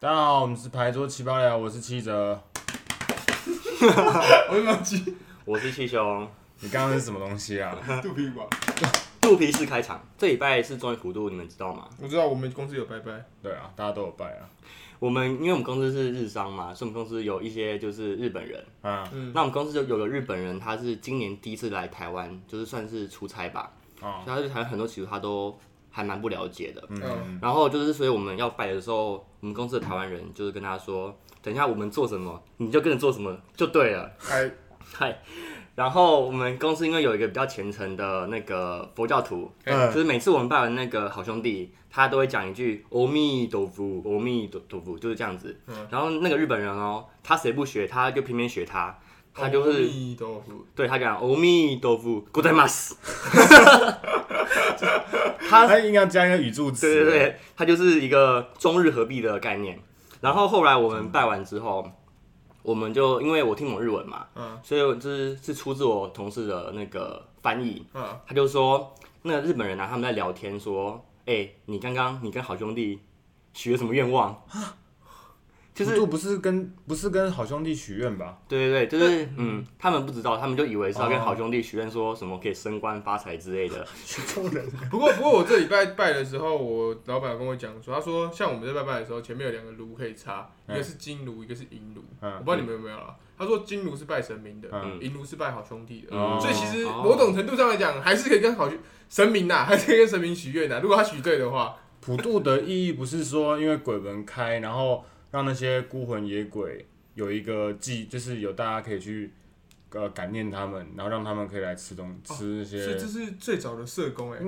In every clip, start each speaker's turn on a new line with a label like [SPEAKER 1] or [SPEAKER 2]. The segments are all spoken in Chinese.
[SPEAKER 1] 大家好，我们是牌桌七八聊，我是七哲。
[SPEAKER 2] 我有没有鸡？
[SPEAKER 3] 我是气兄，
[SPEAKER 1] 你刚刚是什么东西啊？
[SPEAKER 2] 肚皮管。
[SPEAKER 3] 肚皮式开场。这礼拜是中原普渡，你们知道吗？
[SPEAKER 2] 我知道我们公司有拜拜，
[SPEAKER 1] 对啊，大家都有拜啊。
[SPEAKER 3] 我们因为我们公司是日商嘛，所以我们公司有一些就是日本人。
[SPEAKER 1] 啊
[SPEAKER 3] 那我们公司就有个日本人，他是今年第一次来台湾，就是算是出差吧，
[SPEAKER 1] 啊
[SPEAKER 3] 所以他对台湾很多习俗他都还蛮不了解的。
[SPEAKER 2] 嗯，
[SPEAKER 3] 然后就是，所以我们要拜的时候，我们公司的台湾人就是跟他说，等一下我们做什么，你就跟着做什么就对了。
[SPEAKER 2] 还
[SPEAKER 3] 嗨，然后我们公司因为有一个比较虔诚的那个佛教徒，
[SPEAKER 1] 嗯
[SPEAKER 3] 就是每次我们拜完那个好兄弟，他都会讲一句“阿弥陀佛，阿弥陀佛”，就是这样子。
[SPEAKER 2] 嗯
[SPEAKER 3] 然后那个日本人哦，他谁不学，他就偏偏学他，他就是、
[SPEAKER 2] 阿弥陀佛
[SPEAKER 3] 对他讲“阿弥陀佛，ございます”，
[SPEAKER 1] 他他应该加一个语助词。啊
[SPEAKER 3] 对对对，它就是一个中日合璧的概念。然后后来我们拜完之后，我们就因为我听不懂日文嘛，
[SPEAKER 2] 嗯
[SPEAKER 3] 所以我就是是出自我同事的那个翻译，
[SPEAKER 2] 啊，
[SPEAKER 3] 他就说那个日本人啊，他们在聊天说，哎、你刚刚你跟好兄弟许了什么愿望？就
[SPEAKER 1] 普
[SPEAKER 3] 是
[SPEAKER 1] 渡不是跟不是跟好兄弟许愿吧？
[SPEAKER 3] 对对对，就是嗯，他们不知道，他们就以为是要跟
[SPEAKER 1] 哦
[SPEAKER 3] 好兄弟许愿，说什么可以升官发财之类的。
[SPEAKER 2] 不过不过我这礼拜拜的时候，我老板有跟我讲说，他说像我们在拜拜的时候，前面有两个炉可以插，一
[SPEAKER 1] 嗯
[SPEAKER 2] 个是金炉，一个是银炉，
[SPEAKER 1] 嗯
[SPEAKER 2] 我不知道你们有没有啦。他说金炉是拜神明的，
[SPEAKER 1] 嗯
[SPEAKER 2] 银炉是拜好兄弟的，
[SPEAKER 1] 哦
[SPEAKER 2] 所以其实
[SPEAKER 3] 哦
[SPEAKER 2] 某种程度上来讲，还是可以跟好神明呐，还 是可以跟神明许愿呐。如果他许对的话，
[SPEAKER 1] 普渡的意义不是说因为鬼门开，然后让那些孤魂野鬼有一个祭，就是有大家可以去呃感念他们，然后让他们可以来吃东吃那
[SPEAKER 2] 哦所以
[SPEAKER 1] 些
[SPEAKER 2] 这。是最早的社工哎、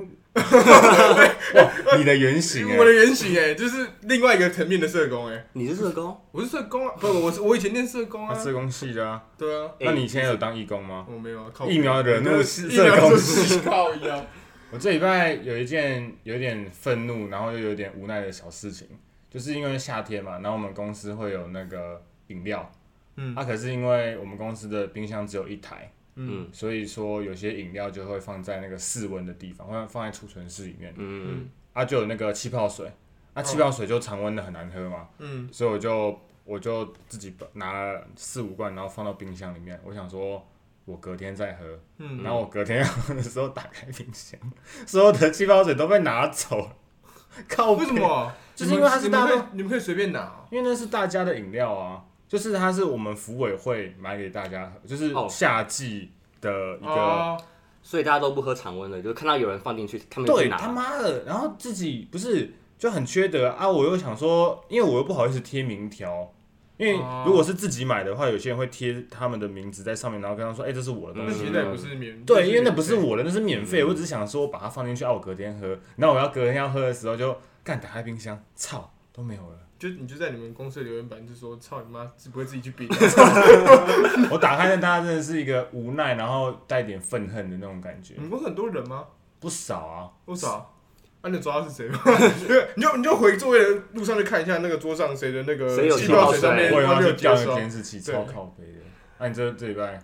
[SPEAKER 1] 你的原型哎
[SPEAKER 2] 我的原型哎、就是另外一个层面的社工哎、
[SPEAKER 3] 你是社工？
[SPEAKER 2] 我是社工啊，不，我是我以前念社工
[SPEAKER 1] 他
[SPEAKER 2] 啊，
[SPEAKER 1] 社工系的啊。
[SPEAKER 2] 对啊，
[SPEAKER 1] 那你现在有当义工吗？
[SPEAKER 2] 我没有啊，靠
[SPEAKER 1] 疫苗惹怒是
[SPEAKER 2] 疫苗
[SPEAKER 1] 社工
[SPEAKER 2] 就是靠腰，
[SPEAKER 1] 我这礼拜有一件有点愤怒，然后又有点无奈的小事情，就是因为夏天嘛，然后我们公司会有那个饮料，
[SPEAKER 2] 嗯
[SPEAKER 1] 啊，可是因为我们公司的冰箱只有一台，
[SPEAKER 3] 嗯
[SPEAKER 1] 所以说有些饮料就会放在那个室温的地方，会放在储存室里面，
[SPEAKER 3] 嗯
[SPEAKER 1] 啊，就有那个气泡水，啊，气泡水就常温的很难喝嘛，
[SPEAKER 2] 嗯，
[SPEAKER 1] 所以我就我就自己拿了四五罐，然后放到冰箱里面，我想说。我隔天再喝，
[SPEAKER 2] 嗯
[SPEAKER 1] 然后我隔天要喝的时候打开冰箱， 所有的气泡水都被拿走了， 靠
[SPEAKER 2] 为
[SPEAKER 1] 背
[SPEAKER 2] 什？么？
[SPEAKER 1] 就是因为它是大众
[SPEAKER 2] 你们可以你们可以随便拿哦，
[SPEAKER 1] 因为那是大家的饮料啊，就是它是我们服委会买给大家喝，就是
[SPEAKER 3] 哦
[SPEAKER 1] 夏季的一个，
[SPEAKER 2] 哦
[SPEAKER 3] 所以大家都不喝常温的，就是看到有人放进去，他们就
[SPEAKER 1] 对
[SPEAKER 3] 去拿。
[SPEAKER 1] 他妈的，然后自己不是就很缺德啊，我又想说，因为我又不好意思贴名条。因为
[SPEAKER 2] 哦
[SPEAKER 1] 如果是自己买的话，有些人会贴他们的名字在上面，然后跟他说：“哎、这是我的东
[SPEAKER 2] 那
[SPEAKER 1] 西。”
[SPEAKER 2] 其实那也不嗯是免，
[SPEAKER 1] 对，因为那不是
[SPEAKER 2] 免费，
[SPEAKER 1] 我的，那是免费。我只是想说把它放进去，啊，我隔天喝。然后我要隔天要喝的时候就干打开冰箱，操，都没有了。
[SPEAKER 2] 就你就在你们公司的留言板就说，操你妈，自不会自己去比，啊
[SPEAKER 1] 我打开那，大家真的是一个无奈，然后带点愤恨的那种感觉
[SPEAKER 2] 你，们公司很多人吗？
[SPEAKER 1] 不少啊。
[SPEAKER 2] 多少？啊，你有抓到是谁吗？ 你就你就回座位的路上就看一下那个桌上谁的那
[SPEAKER 3] 谁
[SPEAKER 2] 个
[SPEAKER 3] 有
[SPEAKER 2] 气泡水
[SPEAKER 3] 气泡
[SPEAKER 2] 上
[SPEAKER 3] 水
[SPEAKER 2] 面，
[SPEAKER 1] 我有
[SPEAKER 2] 他
[SPEAKER 1] 要
[SPEAKER 2] 没有
[SPEAKER 1] 去
[SPEAKER 2] 接
[SPEAKER 1] 调那
[SPEAKER 2] 收
[SPEAKER 1] 个。监视器，
[SPEAKER 2] 对
[SPEAKER 1] 超靠背的。那、你这这礼拜，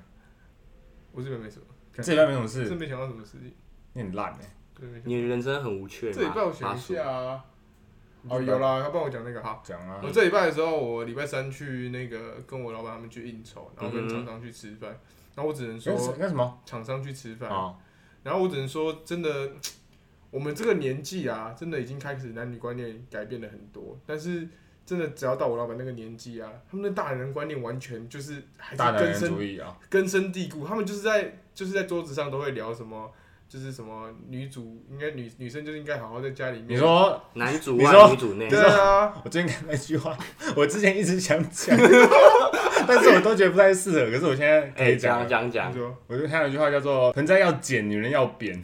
[SPEAKER 2] 我这边没什么，
[SPEAKER 1] 这礼拜没什么
[SPEAKER 2] 真
[SPEAKER 1] 事，
[SPEAKER 2] 没想到什么事情，
[SPEAKER 1] 你很烂哎、
[SPEAKER 2] 真没想到。
[SPEAKER 3] 你的人生很无趣嘛。
[SPEAKER 2] 这礼拜我想
[SPEAKER 3] 八
[SPEAKER 2] 一
[SPEAKER 3] 叔
[SPEAKER 2] 下啊，哦有啦，他帮我讲那个哈。
[SPEAKER 1] 讲啊
[SPEAKER 2] 我，这礼拜的时候，我礼拜三去那个跟我老板他们去应酬，然后
[SPEAKER 3] 嗯
[SPEAKER 2] 跟
[SPEAKER 3] 哼
[SPEAKER 2] 厂商去吃饭，然后我只能
[SPEAKER 1] 那是
[SPEAKER 2] 说
[SPEAKER 1] 那什么
[SPEAKER 2] 厂商去吃饭，
[SPEAKER 1] 啊？
[SPEAKER 2] 然后我只能说，真的，我们这个年纪啊，真的已经开始男女观念改变了很多。但是真的，只要到我老板那个年纪啊，他们的大人观念完全就是还
[SPEAKER 1] 大
[SPEAKER 2] 是
[SPEAKER 1] 男
[SPEAKER 2] 根
[SPEAKER 1] 人
[SPEAKER 2] 深
[SPEAKER 1] 主义啊！
[SPEAKER 2] 根深蒂固。他们就是在就是在桌子上都会聊什么，就是什么女主应该女女生就是应该好好在家里面。
[SPEAKER 1] 你说
[SPEAKER 3] 男主
[SPEAKER 1] 你说
[SPEAKER 3] 外女主内，哎
[SPEAKER 2] 对啊，
[SPEAKER 1] 我最近看那句话，我之前一直想讲，但是我都觉得不太适合。可是我现在可
[SPEAKER 3] 哎，
[SPEAKER 1] 以讲
[SPEAKER 3] 讲
[SPEAKER 1] 了，
[SPEAKER 3] 讲讲
[SPEAKER 2] 你，说
[SPEAKER 1] 我就看到一句话叫做“盆栽要剪，女人要 扁”，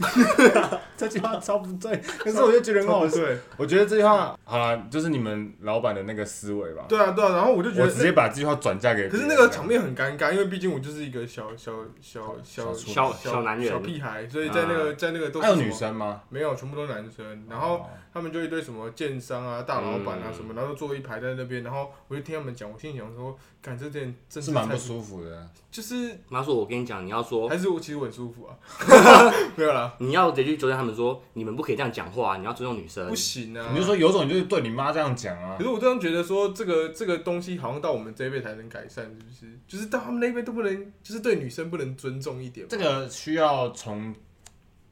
[SPEAKER 1] 这句话超不对，可是我就觉得很好笑。
[SPEAKER 2] 对
[SPEAKER 1] 我觉得这句话好了，就是你们老板的那个思维吧。
[SPEAKER 2] 对啊对啊，然后我就觉
[SPEAKER 1] 我
[SPEAKER 2] 得
[SPEAKER 1] 直接把这句话转嫁给别人。
[SPEAKER 2] 可是那个场面很尴尬，因为毕竟我就是一个小小小小
[SPEAKER 3] 小小男人啊
[SPEAKER 2] 小屁孩，所以在那个在那个
[SPEAKER 1] 这
[SPEAKER 2] 都
[SPEAKER 1] 样还有
[SPEAKER 2] 是什么
[SPEAKER 1] 女生吗？
[SPEAKER 2] 没有，全部都男生。然后他们就一堆什么建商啊、大老板啊
[SPEAKER 3] 哦嗯
[SPEAKER 2] 什么，然后就坐一排在那边，然后我就听他们讲，我心里想说，感这点
[SPEAKER 1] 哦
[SPEAKER 2] 真
[SPEAKER 1] 是蛮不舒服的。
[SPEAKER 2] 就是
[SPEAKER 3] 妈说，我跟你讲，你要说，
[SPEAKER 2] 还是我其实我很舒服啊，没有啦，
[SPEAKER 3] 你要得去纠正他们说，你们不可以这样讲话，你要尊重女生
[SPEAKER 2] 不。行啊
[SPEAKER 1] 你就。说有种，你就是对你妈这样讲啊
[SPEAKER 2] 可。是我这样觉得说，这个这个东西好像到我们这一辈才能改善，是不是？就是到他们那一辈都不能，就是对女生不能尊重一点嘛。
[SPEAKER 1] 这个需要从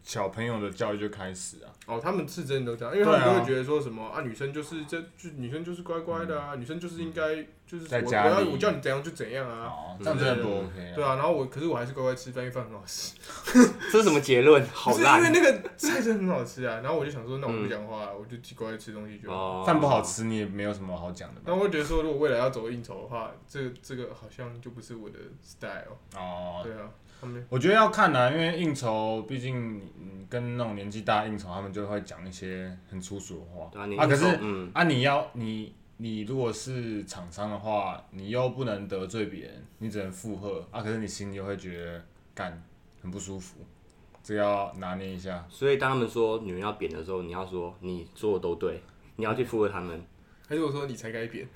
[SPEAKER 1] 小朋友的教育就开始啊。
[SPEAKER 2] 哦，他们是真的都这样，因为他们
[SPEAKER 1] 对啊
[SPEAKER 2] 都会觉得说什么啊，女生就是这，就女生就是乖乖的啊，
[SPEAKER 3] 嗯
[SPEAKER 2] 女生就是应该就是
[SPEAKER 1] 在
[SPEAKER 2] 我我
[SPEAKER 1] 家
[SPEAKER 2] 要
[SPEAKER 1] 里
[SPEAKER 2] 我叫你怎样就怎样啊，
[SPEAKER 1] 哦，这样真的不
[SPEAKER 2] 对
[SPEAKER 1] OK 啊。
[SPEAKER 2] 对啊，然后我可是我还是乖乖吃饭，因为饭很好吃，
[SPEAKER 3] 这是什么结论？
[SPEAKER 2] 不
[SPEAKER 3] 好
[SPEAKER 2] 是因为
[SPEAKER 3] 烂嗯
[SPEAKER 2] 那个菜真的很好吃啊，然后我就想说，那我不讲话啊，我就乖乖吃东西就好。
[SPEAKER 3] 哦
[SPEAKER 1] 饭不好。吃，你也没有什么好讲的吧？
[SPEAKER 2] 然后我就觉得说，如果未来要走应酬的话，这这个好像就不是我的 style。
[SPEAKER 1] 哦，
[SPEAKER 2] 对啊，他们
[SPEAKER 1] 我觉得要看啊啦、因为应酬，毕竟你你跟那种年纪大应酬，他们就会讲一些很粗俗的话。
[SPEAKER 3] 对啊，你
[SPEAKER 1] 可是
[SPEAKER 3] 嗯，
[SPEAKER 1] 啊，你要你你如果是厂商的话，你又不能得罪别人，你只能附和啊，可是你心里又会觉得干很不舒服，这个要拿捏一下。
[SPEAKER 3] 所以当他们说女人要扁的时候，你要说你做的都对，你要去附和他们，
[SPEAKER 2] 还是我说你才该扁，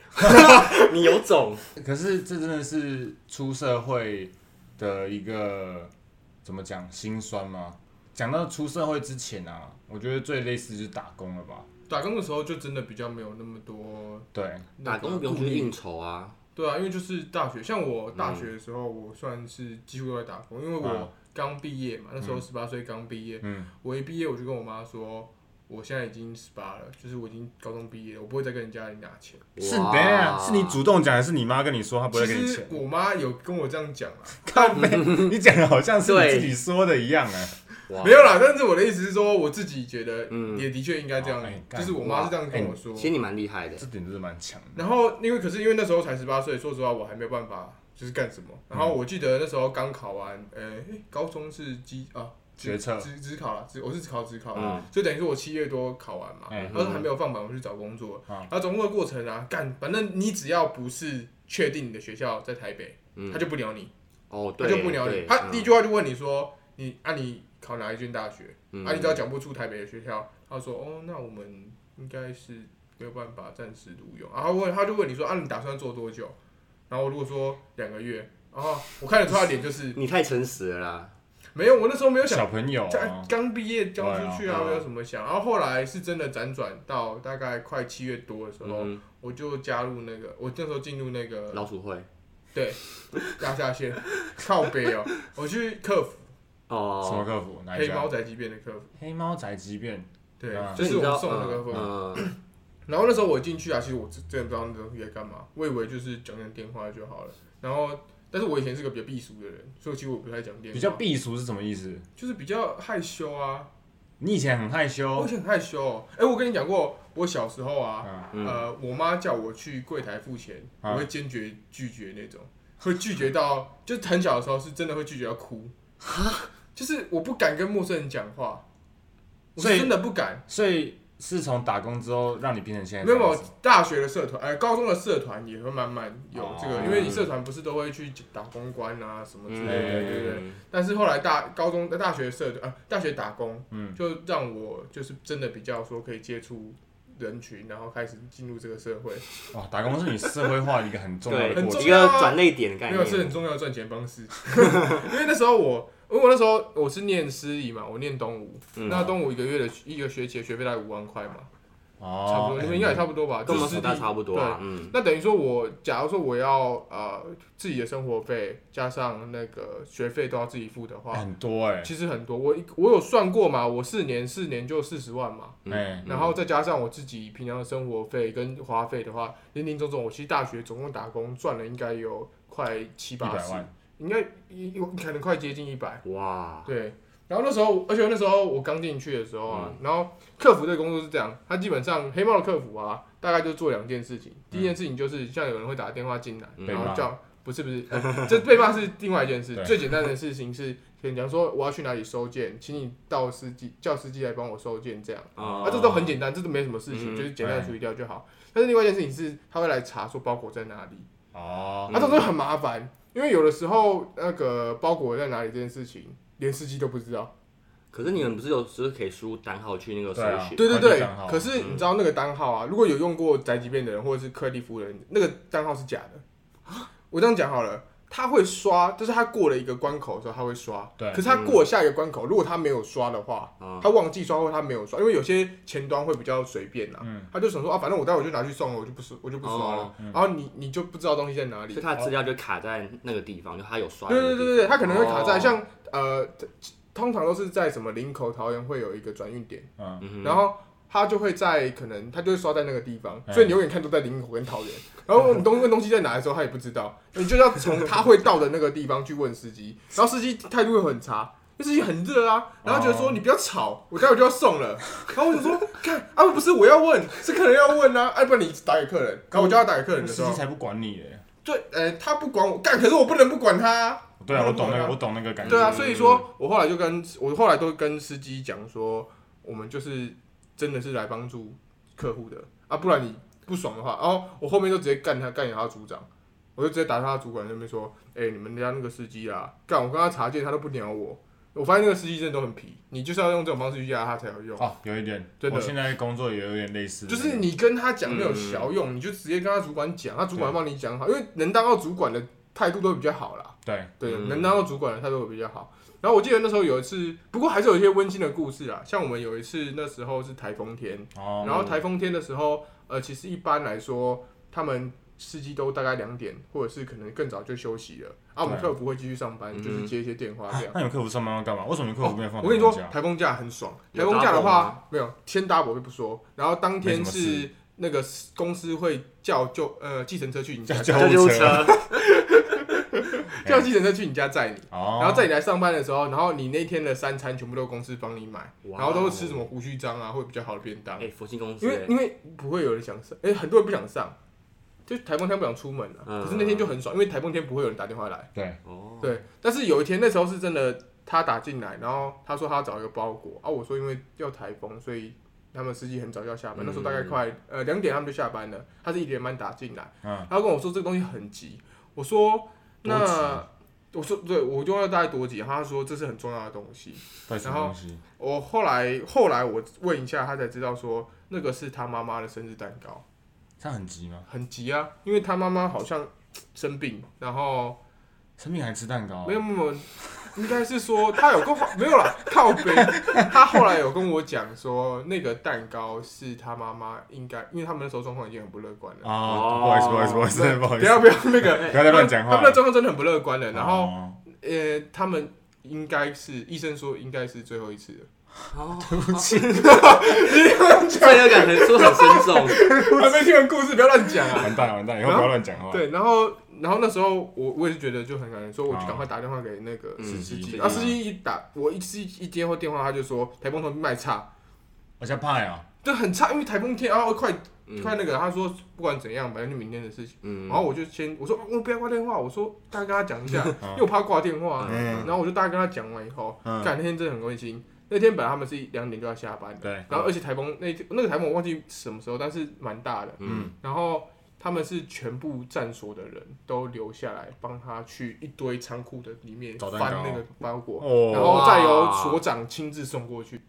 [SPEAKER 3] 你有种。
[SPEAKER 1] 可是这真的是出社会的一个怎么讲心酸吗？讲到出社会之前啊，我觉得最类似就是打工了吧？
[SPEAKER 2] 打工的时候就真的比较没有那么多
[SPEAKER 1] 对，
[SPEAKER 2] 那
[SPEAKER 3] 打
[SPEAKER 2] 个
[SPEAKER 3] 工不用
[SPEAKER 2] 顾
[SPEAKER 3] 去
[SPEAKER 2] 虑
[SPEAKER 3] 应酬啊，
[SPEAKER 2] 对啊，因为就是大学，像我大学的时候，我算是几乎都在打工，因为
[SPEAKER 1] 嗯啊
[SPEAKER 2] 我刚毕业嘛，那时候十八岁刚毕业，
[SPEAKER 1] 嗯，
[SPEAKER 2] 我一毕业我就跟我妈说，我现在已经十八了，就是我已经高中毕业了，我不会再跟人家里拿钱。
[SPEAKER 1] 是
[SPEAKER 3] 哇
[SPEAKER 1] 等一下是你主动讲，还是你妈跟你说她不会
[SPEAKER 2] 其
[SPEAKER 1] 给你
[SPEAKER 2] 实
[SPEAKER 1] 钱？
[SPEAKER 2] 我妈有跟我这样讲啊，
[SPEAKER 1] 靠背，你讲的好像是你
[SPEAKER 3] 对
[SPEAKER 1] 自己说的一样哎、
[SPEAKER 3] 哇
[SPEAKER 2] 没有啦，但是我的意思是说，我自己觉得
[SPEAKER 3] 嗯
[SPEAKER 2] 也的确应该这样
[SPEAKER 1] 哦哎，干哎
[SPEAKER 2] 就是我妈是这样跟我说
[SPEAKER 3] 其。实你蛮厉害 的
[SPEAKER 1] 这，点真的蛮强的。
[SPEAKER 2] 然后因为可是因为那时候才十八岁，说实话我还没有办法就是干什么。然
[SPEAKER 3] 嗯
[SPEAKER 2] 后我记得那时候刚考完，呃、高中是基啊。
[SPEAKER 1] 学测
[SPEAKER 2] 只只考了，只我是只考只考，
[SPEAKER 3] 嗯哎
[SPEAKER 2] 所以等于说我七月多考完嘛，
[SPEAKER 1] 嗯
[SPEAKER 2] 然后还没有放榜，我去找工作。
[SPEAKER 1] 嗯
[SPEAKER 2] 然后找工作的过程啊，干，反正你只要不是确定你的学校在台北，
[SPEAKER 3] 嗯
[SPEAKER 2] 他，就不鸟你，
[SPEAKER 3] 哦，
[SPEAKER 2] 他
[SPEAKER 3] 对，
[SPEAKER 2] 就不鸟你
[SPEAKER 3] 对。
[SPEAKER 2] 他第一
[SPEAKER 3] 嗯
[SPEAKER 2] 句话就问你说，你啊你考哪一间大学？
[SPEAKER 3] 嗯
[SPEAKER 2] 啊，你只要讲不出台北的学校，他说哦，那我们应该是没有办法暂时录用。然后问他就问你说啊，你打算做多久？然后如果说两个月，哦，我看得出他的脸就是
[SPEAKER 3] 嗯你太诚实了啦，
[SPEAKER 2] 没有，我那时候没有想，
[SPEAKER 1] 小朋友、
[SPEAKER 2] 刚
[SPEAKER 1] 啊，
[SPEAKER 2] 刚毕业交出去啊，
[SPEAKER 3] 对啊
[SPEAKER 2] 没有什么想。然后后来是真的辗转到大概快七月多的时候，
[SPEAKER 3] 嗯
[SPEAKER 2] 我就加入那个，我那时候进入那
[SPEAKER 3] 哼，
[SPEAKER 2] 个
[SPEAKER 3] 老鼠会
[SPEAKER 2] 对压下线靠背哦，我去客服
[SPEAKER 1] 什么
[SPEAKER 3] 哦，
[SPEAKER 1] 客服？哪一
[SPEAKER 2] 黑
[SPEAKER 1] 家
[SPEAKER 2] 猫？宅急便的客服，
[SPEAKER 1] 黑猫宅急便。
[SPEAKER 2] 对，
[SPEAKER 1] 啊
[SPEAKER 3] 所
[SPEAKER 2] 就
[SPEAKER 3] 以
[SPEAKER 2] 是
[SPEAKER 3] 你
[SPEAKER 2] 我
[SPEAKER 3] 知
[SPEAKER 2] 们
[SPEAKER 3] 道，
[SPEAKER 2] 送那个客服。
[SPEAKER 3] 嗯嗯
[SPEAKER 2] 然后那时候我进去啊，其实我真真的不知道那东西在干嘛，我以为就是讲讲电话就好了。然后，但是我以前是个比较避俗的人，所以其实我不太讲电话，
[SPEAKER 1] 比较避俗是什么意思？
[SPEAKER 2] 就是比较害羞啊。
[SPEAKER 1] 你以前很害
[SPEAKER 2] 我
[SPEAKER 1] 羞
[SPEAKER 2] 以，前很害羞、哦，哎、我跟你讲过，我小时候啊，
[SPEAKER 1] 啊，
[SPEAKER 3] 嗯，
[SPEAKER 2] 呃，我妈叫我去柜台付钱，
[SPEAKER 1] 啊
[SPEAKER 2] 我会坚决拒绝那种，会拒绝到就是很小的时候是真的会拒绝到哭，就是我不敢跟陌生人讲话，我
[SPEAKER 1] 所
[SPEAKER 2] 是
[SPEAKER 1] 以
[SPEAKER 2] 真的不敢。
[SPEAKER 1] 所以是从打工之后让你变成现在
[SPEAKER 2] 没
[SPEAKER 1] 这
[SPEAKER 2] 有，没
[SPEAKER 1] 样
[SPEAKER 2] 有
[SPEAKER 1] 子
[SPEAKER 2] 大学的社团，呃，高中的社团也会慢慢有这个，
[SPEAKER 1] 哦
[SPEAKER 2] 因为你社团不是都会去打公关啊什么之类的，对不对？
[SPEAKER 3] 嗯
[SPEAKER 2] 但是后来大高中的大学社团，呃，大学打工，
[SPEAKER 1] 嗯
[SPEAKER 2] 就让我就是真的比较说可以接触人群，然后开始进入这个社会，
[SPEAKER 1] 哇，哦打工是你社会化一个很重要的
[SPEAKER 3] 对，
[SPEAKER 2] 很
[SPEAKER 1] 过
[SPEAKER 2] 重
[SPEAKER 1] 程
[SPEAKER 3] 一。个转类点的概
[SPEAKER 2] 没有是很
[SPEAKER 3] 念，
[SPEAKER 2] 重要的赚钱方式。 因为那时候我，因为我那时候我是念私立嘛，我念东吴，
[SPEAKER 3] 嗯
[SPEAKER 2] 那东吴一个月的一个学期的学费大概五万块嘛，
[SPEAKER 1] 哦，
[SPEAKER 2] 差不多，你们应该也差不多吧？
[SPEAKER 3] 跟我们
[SPEAKER 2] 就是
[SPEAKER 3] 暑假差不多啊，嗯，
[SPEAKER 2] 那等于说我，假如说我要呃自己的生活费加上那个学费都要自己付的
[SPEAKER 1] 哎
[SPEAKER 2] 话，
[SPEAKER 1] 很多哎、
[SPEAKER 2] 其实很多。我一我有算过嘛，我四年四年就四十万嘛，
[SPEAKER 3] 嗯
[SPEAKER 1] 哎
[SPEAKER 3] 嗯
[SPEAKER 2] 然后再加上我自己平常的生活费跟花费的话，零零总总，我其实大学总共打工赚了应该有快七
[SPEAKER 1] 一
[SPEAKER 2] 八
[SPEAKER 1] 百
[SPEAKER 2] 十，
[SPEAKER 1] 万，
[SPEAKER 2] 应该一有可能快接近一百。
[SPEAKER 3] 哇，
[SPEAKER 2] 对，然后那时候，而且那时候我刚进去的时候啊，然后客服这个工作是这样，他基本上黑猫的客服啊，大概就做两件事情，第一件事情就是像有人会打电话进来，
[SPEAKER 3] 嗯
[SPEAKER 2] 然后叫不是不是，呃这被骂是另外一件事
[SPEAKER 1] 对。
[SPEAKER 2] 最简单的事情是，可能讲说我要去哪里收件，请你到司机叫司机来帮我收件这样。
[SPEAKER 3] 啊
[SPEAKER 2] 啊，这都很简单，这都没什么事情，
[SPEAKER 3] 嗯
[SPEAKER 2] 就是简单的处理掉就好。但是另外一件事情是，他会来查说包裹在哪里，
[SPEAKER 1] 哦，
[SPEAKER 2] 啊，这都很麻烦，因为有的时候那个包裹在哪里这件事情，连司机都不知道。
[SPEAKER 3] 可是你们不是有时候可以输单号去那个
[SPEAKER 1] 对啊
[SPEAKER 3] 搜寻？
[SPEAKER 2] 对对
[SPEAKER 1] 关
[SPEAKER 2] 对
[SPEAKER 1] 键账号，
[SPEAKER 2] 可是
[SPEAKER 3] 嗯
[SPEAKER 2] 你知道那个单号啊，如果有用过宅急便的人或者是科技服务的人，那个单号是假的。我这样讲好了。他会刷，就是他过了一个关口的时候，他会刷。
[SPEAKER 1] 对
[SPEAKER 2] 可是他过了下一个关口，如果他没有刷的话，
[SPEAKER 3] 啊，
[SPEAKER 2] 他忘记刷或他没有刷，因为有些前端会比较随便啦，
[SPEAKER 1] 嗯
[SPEAKER 2] 他就想说啊，反正我待会就拿去送了，我就不刷，我就不刷了。
[SPEAKER 3] 哦
[SPEAKER 1] 嗯
[SPEAKER 2] 然后你你就不知道东西在哪
[SPEAKER 3] 所
[SPEAKER 2] 里
[SPEAKER 3] 以。他的资料就卡在那个地方，就他有刷的
[SPEAKER 2] 对
[SPEAKER 3] 那个
[SPEAKER 2] 对
[SPEAKER 3] 地方。
[SPEAKER 2] 对对对，他可能会卡在、
[SPEAKER 3] 哦
[SPEAKER 2] 像呃，通常都是在什么林口、桃园会有一个转运点，
[SPEAKER 1] 嗯，
[SPEAKER 3] 嗯哼
[SPEAKER 2] 然后。他就会在可能他就会刷在那个地方，
[SPEAKER 1] 哎
[SPEAKER 2] 所以你永远看都在林口跟桃园。然后你东问东西在哪的时候，他也不知道，你就要从他会到的那个地方去问司机，然后司机态度会很差，因为司机很热啊，然后觉得说
[SPEAKER 1] 哦
[SPEAKER 2] 你不要吵，我待会就要送了。然后我就说，看啊，不是我要问，是客人要问啊，哎、不然你打给客人，然后我叫他打给客人的时
[SPEAKER 1] 司
[SPEAKER 2] 候
[SPEAKER 1] 机，才不管你嘞。
[SPEAKER 2] 对，呃，他不管我干，可是我不能不管他啊、
[SPEAKER 1] 对啊，
[SPEAKER 2] 不
[SPEAKER 1] 我
[SPEAKER 2] 能不
[SPEAKER 1] 懂那个，我懂
[SPEAKER 2] 管啊
[SPEAKER 1] 那个感觉。
[SPEAKER 2] 对啊，所以说我后来就跟我后来都跟司机讲说，我们就是真的是来帮助客户的啊，不然你不爽的话，然后我后面就直接干他，干掉他组长，我就直接打他主管那边说，哎、你们家那个司机啊，干我跟他查件，他都不鸟我，我发现那个司机真的都很皮，你就是要用这种方式去压他才有用。
[SPEAKER 1] 哦，有一点，
[SPEAKER 2] 真的
[SPEAKER 1] 我现在工作也有点类似，
[SPEAKER 2] 就是你跟他讲没有效用，你就直接跟他主管讲，他主管帮你讲好，因为能当到主管的态度都比较好啦。
[SPEAKER 1] 对，
[SPEAKER 2] 对，
[SPEAKER 3] 嗯
[SPEAKER 2] 能当到主管的态度比较好。然后我记得那时候有一次，不过还是有一些温馨的故事啊，像我们有一次那时候是台风天，
[SPEAKER 1] 哦，
[SPEAKER 2] 然后台风天的时候，呃，其实一般来说他们司机都大概两点或者是可能更早就休息了，啊，我们
[SPEAKER 1] 对
[SPEAKER 2] 客服会继续上班，
[SPEAKER 3] 嗯
[SPEAKER 2] 就是接一些电话这样。哦
[SPEAKER 1] 那你们客服上班要干嘛？为什么 你们客服没有放啊
[SPEAKER 2] 我跟你说
[SPEAKER 1] 长，假
[SPEAKER 2] 台风假很爽。台
[SPEAKER 3] 有
[SPEAKER 2] 风假的
[SPEAKER 3] double 吗
[SPEAKER 2] 话，没有先 double 就不说，然后当
[SPEAKER 1] 没
[SPEAKER 2] 天
[SPEAKER 1] 什么
[SPEAKER 2] 是那个公司会叫就呃计程车去你家，
[SPEAKER 1] 叫
[SPEAKER 3] 这
[SPEAKER 1] 救
[SPEAKER 3] 就
[SPEAKER 1] 护
[SPEAKER 3] 是车，
[SPEAKER 2] 叫计程车去你家载你，
[SPEAKER 1] 哦，
[SPEAKER 2] 然后在你来上班的时候，然后你那天的三餐全部都公司帮你买，
[SPEAKER 3] 哇哦
[SPEAKER 2] 然后都是吃什么胡须章啊，会比较好的便当，
[SPEAKER 3] 哎，佛心公司
[SPEAKER 2] 因为
[SPEAKER 3] 哎，
[SPEAKER 2] 因为不会有人想上，哎，很多人不想上，就台风天不想出门啊，
[SPEAKER 3] 嗯
[SPEAKER 2] 可是那天就很爽，因为台风天不会有人打电话来，
[SPEAKER 1] 对，
[SPEAKER 3] 哦，
[SPEAKER 2] 对，但是有一天那时候是真的，他打进来，然后他说他要找一个包裹啊，我说因为要台风，所以他们司机很早就要下班，
[SPEAKER 3] 嗯
[SPEAKER 2] 那时候大概快呃两点他们就下班了，他是一点半打进来，
[SPEAKER 1] 嗯，
[SPEAKER 2] 他跟我说这个东西很急，我说
[SPEAKER 1] 多急
[SPEAKER 2] 那我说对，我就要大概多急，然后他说这是很重要的东西，
[SPEAKER 1] 对什么东西？
[SPEAKER 2] 我后来后来我问一下他才知道说那个是他妈妈的生日蛋糕。
[SPEAKER 1] 这样很急吗？
[SPEAKER 2] 很急啊，因为他妈妈好像生病，然
[SPEAKER 1] 哦
[SPEAKER 2] 后
[SPEAKER 1] 生病还吃蛋糕？啊哦
[SPEAKER 2] 没有，没有，没有应该是说他有跟我没有啦，靠背。他后来有跟我讲说，那个蛋糕是他妈妈应该，因为他们那时候状况已经很不乐观了。
[SPEAKER 1] 哦，
[SPEAKER 3] 哦
[SPEAKER 1] 不好意思，不好意思，不好意思，不好意
[SPEAKER 2] 不
[SPEAKER 1] 思，
[SPEAKER 2] 要不要那个，
[SPEAKER 1] 不要再乱讲话
[SPEAKER 2] 他们的状况真的很不乐观了。然后
[SPEAKER 1] 哦
[SPEAKER 2] 呃，他们应该是医生说应该是最后一次了，
[SPEAKER 3] 哦，对 不起，罪恶感很说很深 重，
[SPEAKER 2] 还没听完故事，不要乱讲 啊。
[SPEAKER 1] 完蛋了，完蛋了，以后不要乱讲话。
[SPEAKER 2] 对，然后然后那时候我我也是觉得就很感人，所以我就赶快打电话给那个
[SPEAKER 3] 嗯
[SPEAKER 2] 司司
[SPEAKER 1] 司
[SPEAKER 2] 机，
[SPEAKER 1] 机
[SPEAKER 2] 然后司机一打我一司机一接后电话，他就说台风天卖差，
[SPEAKER 1] 我现在怕呀，
[SPEAKER 2] 就很差，因为台风天，然后快
[SPEAKER 3] 嗯
[SPEAKER 2] 快哦那个，他说不管怎样，反正就明天的事情。
[SPEAKER 3] 嗯，
[SPEAKER 2] 然后我就先我说我不要挂电话，我说大概跟他讲一 下，因为我怕挂电话啊。
[SPEAKER 1] 嗯
[SPEAKER 2] 然后我就大概跟他讲完以后，
[SPEAKER 1] 嗯
[SPEAKER 2] 干那天真的很温馨。那天本来他们是一两点就要下班，
[SPEAKER 1] 对，
[SPEAKER 2] 然后而且台风那天那个台风我忘记什么时候，但是蛮大的。
[SPEAKER 3] 嗯，
[SPEAKER 2] 然后他们是全部站所的人都留下来帮他去一堆仓库的里面
[SPEAKER 1] 找
[SPEAKER 2] 翻
[SPEAKER 1] 蛋糕
[SPEAKER 2] 那个包裹，然
[SPEAKER 1] 哦，
[SPEAKER 2] 后再由所长亲自送过去。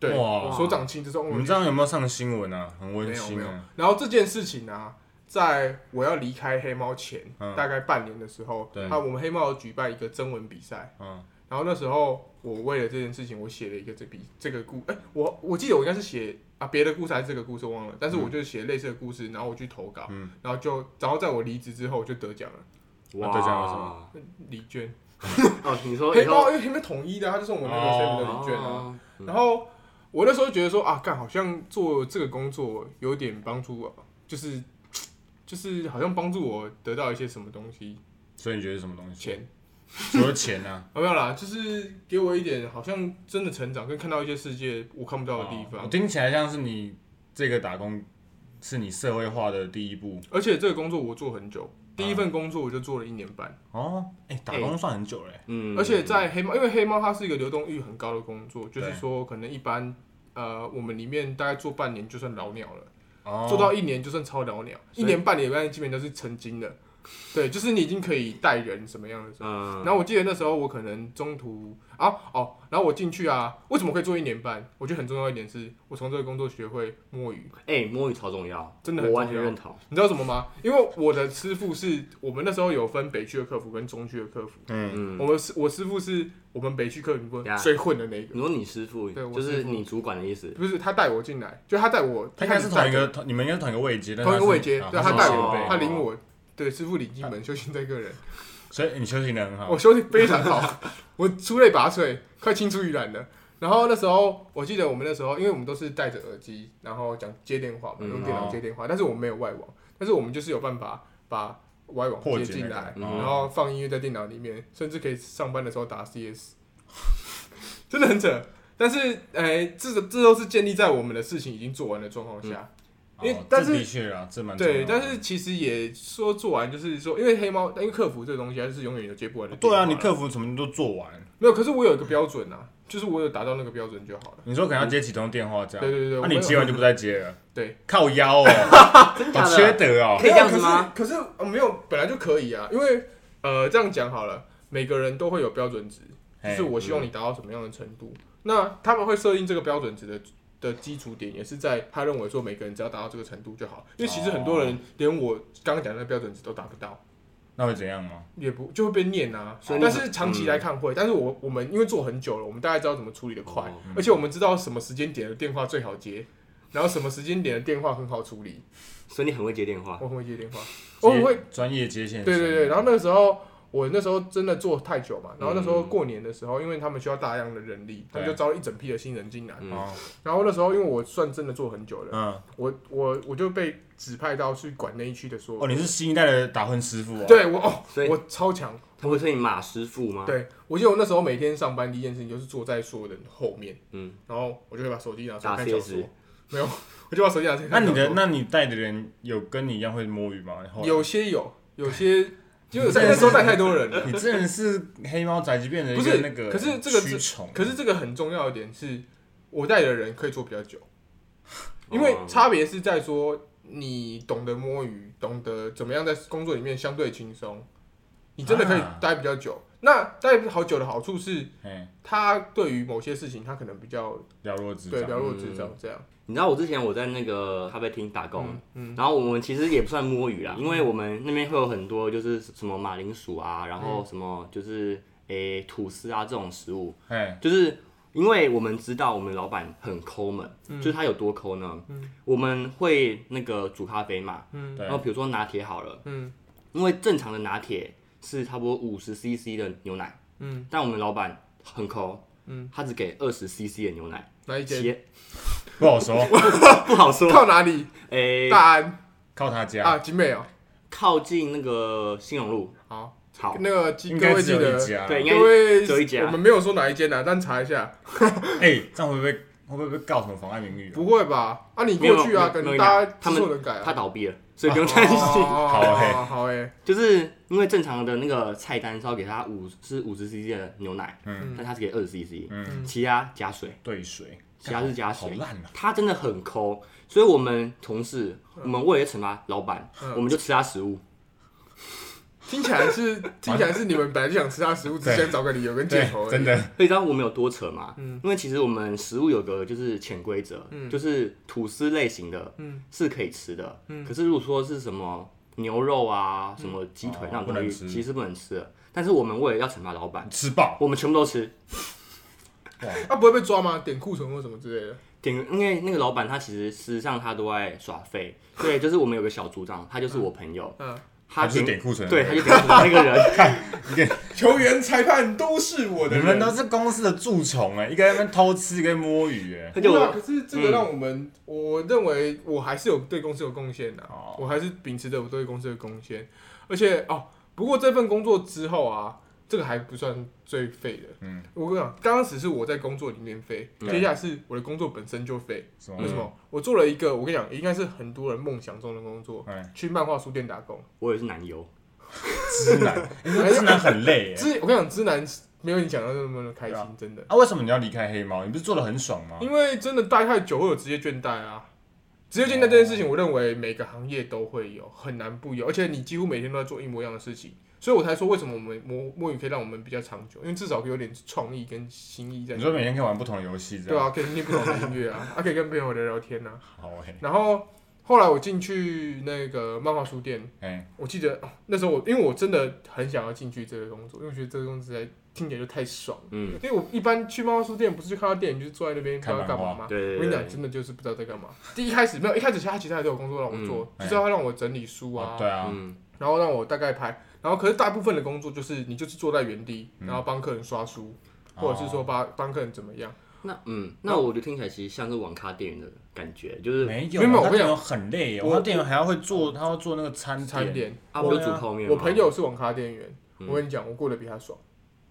[SPEAKER 2] 对，
[SPEAKER 1] 哇
[SPEAKER 2] 所长亲自送
[SPEAKER 1] 你
[SPEAKER 2] 过
[SPEAKER 1] 们
[SPEAKER 2] 去。
[SPEAKER 1] 这样有没有上新闻啊？很温
[SPEAKER 2] 没有
[SPEAKER 1] 馨
[SPEAKER 2] 没有
[SPEAKER 1] 啊，。
[SPEAKER 2] 然后这件事情呢、啊在我要离开黑猫前，
[SPEAKER 1] 嗯
[SPEAKER 2] 大概半年的时候
[SPEAKER 1] 对，
[SPEAKER 2] 他我们黑猫有举办一个征文比赛。
[SPEAKER 1] 嗯，
[SPEAKER 2] 然后那时候我为了这件事情，我写了一个这笔这个故，哎、我我记得我应该是写啊别的故事还是这个故事我忘了，但是我就写类似的故事，然后我去投稿，
[SPEAKER 1] 嗯
[SPEAKER 2] 然后就然后在我离职之后我就得奖了，
[SPEAKER 1] 啊对这样有什么
[SPEAKER 2] 李娟，
[SPEAKER 3] 哦，你说
[SPEAKER 2] 黑
[SPEAKER 3] 以
[SPEAKER 2] 猫
[SPEAKER 3] 后
[SPEAKER 2] 因为黑猫统一的、啊，他就是我们那个
[SPEAKER 1] 哦
[SPEAKER 2] seven 的李娟啊。
[SPEAKER 3] 哦，嗯
[SPEAKER 2] 然后我那时候觉得说啊，干好像做这个工作有点帮助我，就是就是好像帮助我得到一些什么东西，
[SPEAKER 1] 所以你觉得是什么东西？
[SPEAKER 2] 钱。
[SPEAKER 3] 嗯
[SPEAKER 1] 除了钱啊，
[SPEAKER 2] 啊没有啦，就是给我一点好像真的 成长，跟看到一些世界我看不到的地
[SPEAKER 1] 哦
[SPEAKER 2] 方。
[SPEAKER 1] 听起来像是你这个打工是你社会化的第一步
[SPEAKER 2] 而且这个工作我做很久，
[SPEAKER 3] 啊
[SPEAKER 2] 第一份工作我就做了一年半，
[SPEAKER 1] 哦。哎、打工算很久嘞、欸
[SPEAKER 3] 嗯，
[SPEAKER 2] 而且在黑猫，因为黑猫它是一个流动欲很高的工作，就是
[SPEAKER 1] 对
[SPEAKER 2] 说可能一般呃我们里面大概做半年就算老鸟了，
[SPEAKER 1] 哦，
[SPEAKER 2] 做到一年就算超老鸟，
[SPEAKER 3] 所以
[SPEAKER 2] 一年半年半基本都是成精的，对，就是你已经可以带人什么样的。
[SPEAKER 3] 嗯，
[SPEAKER 2] 然后我记得那时候我可能中途啊哦，然后我进去啊，为什么可以做一年半？我觉得很重要一点是，我从这个工作学会摸鱼，
[SPEAKER 3] 哎，摸鱼超重要，
[SPEAKER 2] 真的很
[SPEAKER 3] 我完全
[SPEAKER 2] 重要
[SPEAKER 3] 认同。
[SPEAKER 2] 你知道什么吗？因为我的师傅是我们那时候有分北区的客服跟中区的客服，
[SPEAKER 1] 嗯，
[SPEAKER 3] 嗯，
[SPEAKER 2] 我们师我师傅是我们北区客服
[SPEAKER 3] 呀
[SPEAKER 2] 最混的那一个，
[SPEAKER 3] 你说你师傅
[SPEAKER 2] 对我
[SPEAKER 3] 就
[SPEAKER 2] 师
[SPEAKER 3] 是
[SPEAKER 2] 傅
[SPEAKER 3] 你主管的意思，
[SPEAKER 2] 不是他带我进来，就他带我，
[SPEAKER 1] 他应该是
[SPEAKER 2] 带
[SPEAKER 1] 同一个，同你们应该是同一个位阶，但
[SPEAKER 2] 同一个
[SPEAKER 1] 他是
[SPEAKER 2] 位阶，
[SPEAKER 1] 啊
[SPEAKER 2] 对，
[SPEAKER 1] 他
[SPEAKER 2] 他
[SPEAKER 1] 是
[SPEAKER 2] 带
[SPEAKER 1] 前
[SPEAKER 2] 我
[SPEAKER 1] 辈，啊
[SPEAKER 2] 他领我，对，师傅领进门，修行在个人，
[SPEAKER 1] 所以你休息的很好
[SPEAKER 2] 我。修的非常好， 我出类拔萃，快青出于蓝了。然后那时候我记得我们那时候，因为我们都是戴着耳机，然后讲接电话嘛，
[SPEAKER 3] 嗯
[SPEAKER 2] 用电
[SPEAKER 1] 啊
[SPEAKER 2] 脑接电话，但是我们没有外网，但是我们就是有办法把外网
[SPEAKER 1] 破
[SPEAKER 2] 接
[SPEAKER 1] 解
[SPEAKER 2] 进
[SPEAKER 1] 那个
[SPEAKER 2] 来，
[SPEAKER 1] 嗯
[SPEAKER 2] 然后放音乐在电脑里面，甚至可以上班的时候打 CS，真的很扯。但是，哎、这个这都是建立在我们的事情已经做完的状况下，因为
[SPEAKER 1] 哦
[SPEAKER 2] 但
[SPEAKER 1] 这
[SPEAKER 2] 是
[SPEAKER 1] 的确啊，这蛮重要
[SPEAKER 2] 对。
[SPEAKER 1] 的
[SPEAKER 2] 但是其实也说做完，就是说，因为黑猫，因为客服这个东西还是永远有接不完的电
[SPEAKER 1] 对
[SPEAKER 2] 话
[SPEAKER 1] 啊，
[SPEAKER 2] 啦。
[SPEAKER 1] 你客服什么都做完，
[SPEAKER 2] 没有，可是我有一个标准啊，就是我有达到那个标准就好了。
[SPEAKER 1] 你说可能要接几通电话这
[SPEAKER 2] 对
[SPEAKER 1] 样，
[SPEAKER 2] 对对，
[SPEAKER 1] 啊那、
[SPEAKER 2] 我
[SPEAKER 1] 你
[SPEAKER 2] 有
[SPEAKER 1] 接完就不再接了，
[SPEAKER 2] 对，
[SPEAKER 1] 靠腰哦，
[SPEAKER 3] 真假
[SPEAKER 1] 好缺
[SPEAKER 3] 的？
[SPEAKER 1] 德哦。
[SPEAKER 3] 可以这样子吗？
[SPEAKER 2] 可是可是呃没有，本来就可以啊，因为呃这样讲好了，每个人都会有标准值，就
[SPEAKER 1] 嘿
[SPEAKER 2] 是我希望你达到什么样的程度。那他们会设定这个标准值的的基础点，也是在他认为说每个人只要达到这个程度就好，因为其实很多人连我刚刚讲的那标准值都达不到。
[SPEAKER 1] 那会怎样哦吗？
[SPEAKER 2] 也不就会被念啊
[SPEAKER 3] 所以，你
[SPEAKER 2] 但是长期来看会，但是我我们因为做很久了，我们大概知道怎么处理的快，
[SPEAKER 3] 哦
[SPEAKER 2] 而且我们知道什么时间点的电话最好接，然后什么时间点的电话很好处理，
[SPEAKER 3] 所以你很会接电话，
[SPEAKER 2] 我很会接电话，我很哦会，
[SPEAKER 1] 接专业接线生。
[SPEAKER 2] 对对对，然后那个时候我那时候真的做太久嘛，然后那时候过年的时候，因为他们需要大量的人
[SPEAKER 1] 嗯
[SPEAKER 2] 力，他们就招了一整批的新人进来，
[SPEAKER 3] 嗯，
[SPEAKER 1] 哦，
[SPEAKER 2] 然后那时候因为我算真的做很久了，
[SPEAKER 1] 嗯，
[SPEAKER 2] 我我我就被指派到去管那一区的所有
[SPEAKER 1] 哦，，你是新一代的打混师傅哦。，
[SPEAKER 2] 对我哦
[SPEAKER 3] 所以，
[SPEAKER 2] 我超强。
[SPEAKER 3] 他会说你马师傅
[SPEAKER 1] 啊
[SPEAKER 3] 吗？，
[SPEAKER 2] 对，我记得我那时候每天上班第一件事情就是坐在所有人后面，
[SPEAKER 3] 嗯，
[SPEAKER 2] 然后我就会把手机拿出
[SPEAKER 3] 打
[SPEAKER 2] 来看小
[SPEAKER 3] CS
[SPEAKER 2] 说，没有，我就把手机拿出来
[SPEAKER 1] 那
[SPEAKER 2] 看小
[SPEAKER 1] 你
[SPEAKER 2] 说。
[SPEAKER 1] 的那你带的人有跟你一样会摸鱼吗？后来
[SPEAKER 2] 有，些有，有些因为
[SPEAKER 1] 这
[SPEAKER 2] 在
[SPEAKER 1] 也
[SPEAKER 2] 那时候
[SPEAKER 1] 是
[SPEAKER 2] 带太多人了。
[SPEAKER 1] 你真的是黑猫宅急便的一
[SPEAKER 2] 不
[SPEAKER 1] 个
[SPEAKER 2] 是
[SPEAKER 1] 那个，
[SPEAKER 2] 可是这个
[SPEAKER 1] 驱虫，
[SPEAKER 2] 可是这个很重要的点是，我带的人可以做比较久，因为
[SPEAKER 3] 哦
[SPEAKER 2] 差别是在说你懂得摸鱼，懂得怎么样在工作里面相对轻松，你真的可以
[SPEAKER 1] 啊
[SPEAKER 2] 待比较久。那待好久的好处是，
[SPEAKER 1] 哎，
[SPEAKER 2] 他对于某些事情他可能比较
[SPEAKER 1] 了若指
[SPEAKER 2] 对
[SPEAKER 1] 掌
[SPEAKER 2] 了。若指掌这样。
[SPEAKER 3] 你知道我之前我在那个咖啡厅打工，
[SPEAKER 2] 嗯嗯
[SPEAKER 3] 然后我们其实也不算摸鱼啦，因为我们那边会有很多就是什么马铃薯啊，然
[SPEAKER 2] 嗯
[SPEAKER 3] 后什么就是诶、吐司啊这种食物，
[SPEAKER 1] 哎，
[SPEAKER 3] 就是因为我们知道我们老板很抠门，
[SPEAKER 2] 嗯
[SPEAKER 3] 就是他有多抠呢？我们会那个煮咖啡嘛，
[SPEAKER 2] 嗯
[SPEAKER 1] 对
[SPEAKER 3] 然后比如说拿铁好了，
[SPEAKER 2] 嗯
[SPEAKER 3] 因为正常的拿铁是差不多五十 CC 的牛奶，
[SPEAKER 2] 嗯，
[SPEAKER 3] 但我们老板很抠，
[SPEAKER 2] 嗯，
[SPEAKER 3] 他只给二十 CC 的牛奶，
[SPEAKER 2] 哪一间？
[SPEAKER 3] 也
[SPEAKER 1] 不好说，
[SPEAKER 3] 不好说，
[SPEAKER 2] 靠哪里？
[SPEAKER 3] 诶、
[SPEAKER 2] 大安
[SPEAKER 1] 靠他家
[SPEAKER 2] 啊，景美哦。
[SPEAKER 3] 靠近那个新荣路，
[SPEAKER 2] 好，
[SPEAKER 3] 好，
[SPEAKER 2] 那个记
[SPEAKER 1] 应
[SPEAKER 2] 各
[SPEAKER 1] 该
[SPEAKER 2] 位
[SPEAKER 1] 只
[SPEAKER 2] 记
[SPEAKER 1] 有
[SPEAKER 2] 得
[SPEAKER 1] 一，家。
[SPEAKER 3] 对应该
[SPEAKER 2] 各位
[SPEAKER 3] 只有一家
[SPEAKER 2] 我们没有说哪一间呐，但查一下，
[SPEAKER 1] 哎，这样会不会会不会被告什么妨碍名誉啊？
[SPEAKER 2] 不会吧？啊，你
[SPEAKER 3] 没有
[SPEAKER 2] 过去啊，
[SPEAKER 3] 没有
[SPEAKER 2] 跟
[SPEAKER 3] 没有
[SPEAKER 2] 大家
[SPEAKER 3] 他们
[SPEAKER 2] 制作人改
[SPEAKER 3] 他
[SPEAKER 2] 啊。
[SPEAKER 3] 倒闭了，所以不用担心。
[SPEAKER 2] 好
[SPEAKER 1] 好欸
[SPEAKER 2] 好哎，
[SPEAKER 3] 就是因为正常的那个菜单是要给他五是五十 CC 的牛奶，
[SPEAKER 1] 嗯
[SPEAKER 3] 但他只给二十 CC，
[SPEAKER 1] 嗯
[SPEAKER 3] 其他加水，
[SPEAKER 1] 兑水，
[SPEAKER 3] 其他是加
[SPEAKER 1] 好
[SPEAKER 3] 水。
[SPEAKER 1] 烂啊！
[SPEAKER 3] 他真的很抠，所以我们同事，
[SPEAKER 1] 嗯
[SPEAKER 3] 我们为了惩罚老板，
[SPEAKER 2] 嗯
[SPEAKER 3] 我们就吃他食物。
[SPEAKER 2] 听起 来是听起来是你们本来就想吃他食物，只
[SPEAKER 1] 对
[SPEAKER 2] 想找个理由跟借
[SPEAKER 1] 对
[SPEAKER 2] 口，而已
[SPEAKER 1] 真。的，
[SPEAKER 3] 所以知道我们有多扯吗？
[SPEAKER 1] 嗯
[SPEAKER 3] 因为其实我们食物有个就是潜规则，就是吐司类型的
[SPEAKER 2] 嗯
[SPEAKER 3] 是可以吃的，
[SPEAKER 1] 嗯
[SPEAKER 3] 可是如果说是什么牛肉啊、什么鸡腿那种
[SPEAKER 1] 哦不
[SPEAKER 3] 东
[SPEAKER 1] 能
[SPEAKER 3] 西，
[SPEAKER 1] 吃
[SPEAKER 3] 其实不能吃的。但是我们为了要惩罚老板，
[SPEAKER 1] 吃爆
[SPEAKER 3] 我们全部都吃。
[SPEAKER 1] 哇！
[SPEAKER 2] 啊，不会被抓吗？点库存或什么之类的？
[SPEAKER 3] 点，因为那个老板他其实事实上他都在耍废，对，就是我们有个小组长，他就是我朋友，
[SPEAKER 2] 嗯，
[SPEAKER 1] 他就是
[SPEAKER 3] 点
[SPEAKER 1] 点库存的
[SPEAKER 3] 对， 他就点那个人，
[SPEAKER 2] 球员、裁判都是我
[SPEAKER 1] 你们都是公司的蛀虫哎，一个在那边偷吃，一个在摸鱼哎。
[SPEAKER 3] 他
[SPEAKER 2] 对
[SPEAKER 3] 就
[SPEAKER 2] 啊，可是这个
[SPEAKER 3] 嗯
[SPEAKER 2] 让我们，我认为我还是有对公司有贡献的
[SPEAKER 1] 哦，
[SPEAKER 2] 我还是秉持着我对公司的贡献，而且哦，不过这份工作之后啊，这个还不算最废的。嗯，我跟你讲，刚开始是我在工作里面废，
[SPEAKER 3] 嗯
[SPEAKER 2] 接下来是我的工作本身就废。
[SPEAKER 1] 是吗
[SPEAKER 2] 为？什么？我做了一个，我跟你讲，应该是很多人梦想中的工作，
[SPEAKER 1] 哎，
[SPEAKER 2] 去漫画书店打工。
[SPEAKER 3] 我也是男优，
[SPEAKER 1] 直男， 直男很累欸耶。
[SPEAKER 2] 之我跟你讲，直男没有你讲的那么的开
[SPEAKER 1] 对
[SPEAKER 2] 心
[SPEAKER 1] 啊，
[SPEAKER 2] 真的，
[SPEAKER 1] 啊，为什么你要离开黑猫？你不是做的很爽吗？
[SPEAKER 2] 因为真的待太久会有职业倦怠啊。职业倦
[SPEAKER 1] 哦
[SPEAKER 2] 怠这件事情，我认为每个行业都会有，很难不有，而且你几乎每天都在做一模一样的事情，所以我才说为什么我们摸摸鱼可以让我们比较长久，因为至少有点创意跟新意在
[SPEAKER 1] 你。说每天可以玩不同的游戏，这
[SPEAKER 2] 对
[SPEAKER 1] 样
[SPEAKER 2] 啊，可以听不同的音乐啊，还可以跟朋友聊聊天啊。
[SPEAKER 1] 好哎
[SPEAKER 2] 然后后来我进去那个漫画书店，
[SPEAKER 1] 哎，
[SPEAKER 2] 我记得、哦那时候我因为我真的很想要进去这个工作，因为我觉得这个工作实在听起来就太爽了。
[SPEAKER 3] 嗯，
[SPEAKER 2] 因为我一般去漫画书店，不是去看到电影，就是坐在那边不知
[SPEAKER 1] 看
[SPEAKER 2] 道干嘛
[SPEAKER 1] 漫
[SPEAKER 2] 吗？
[SPEAKER 3] 对对
[SPEAKER 2] 我跟你
[SPEAKER 3] 对
[SPEAKER 2] 讲，，真的就是不知道在干嘛。第一开始没有，一开始他其实还都有工作让我做，
[SPEAKER 1] 嗯
[SPEAKER 2] 就是要让我整理书
[SPEAKER 1] 哦
[SPEAKER 2] 啊，
[SPEAKER 1] 对啊，
[SPEAKER 3] 嗯，
[SPEAKER 2] 然后让我大概拍。然后可是大部分的工作就是你就是坐在原地，然后
[SPEAKER 1] 嗯
[SPEAKER 2] 帮客人刷书，或者是
[SPEAKER 1] 哦
[SPEAKER 2] 说帮帮客人怎么样。
[SPEAKER 3] 那嗯，那我就听起来其实像是网咖店员的感觉，就是
[SPEAKER 1] 没啊
[SPEAKER 2] 没有没有
[SPEAKER 1] 他
[SPEAKER 2] 我跟
[SPEAKER 1] 店
[SPEAKER 2] 你讲
[SPEAKER 1] 员很累耶，欸
[SPEAKER 2] 我
[SPEAKER 1] 我店员还要会做，他要做那个餐
[SPEAKER 2] 餐点，
[SPEAKER 3] 啊，不就
[SPEAKER 1] 对
[SPEAKER 3] 煮
[SPEAKER 1] 啊
[SPEAKER 3] 泡面吗？
[SPEAKER 2] 我朋友是网咖店员，
[SPEAKER 3] 嗯
[SPEAKER 2] 我跟你讲，我过得比他爽，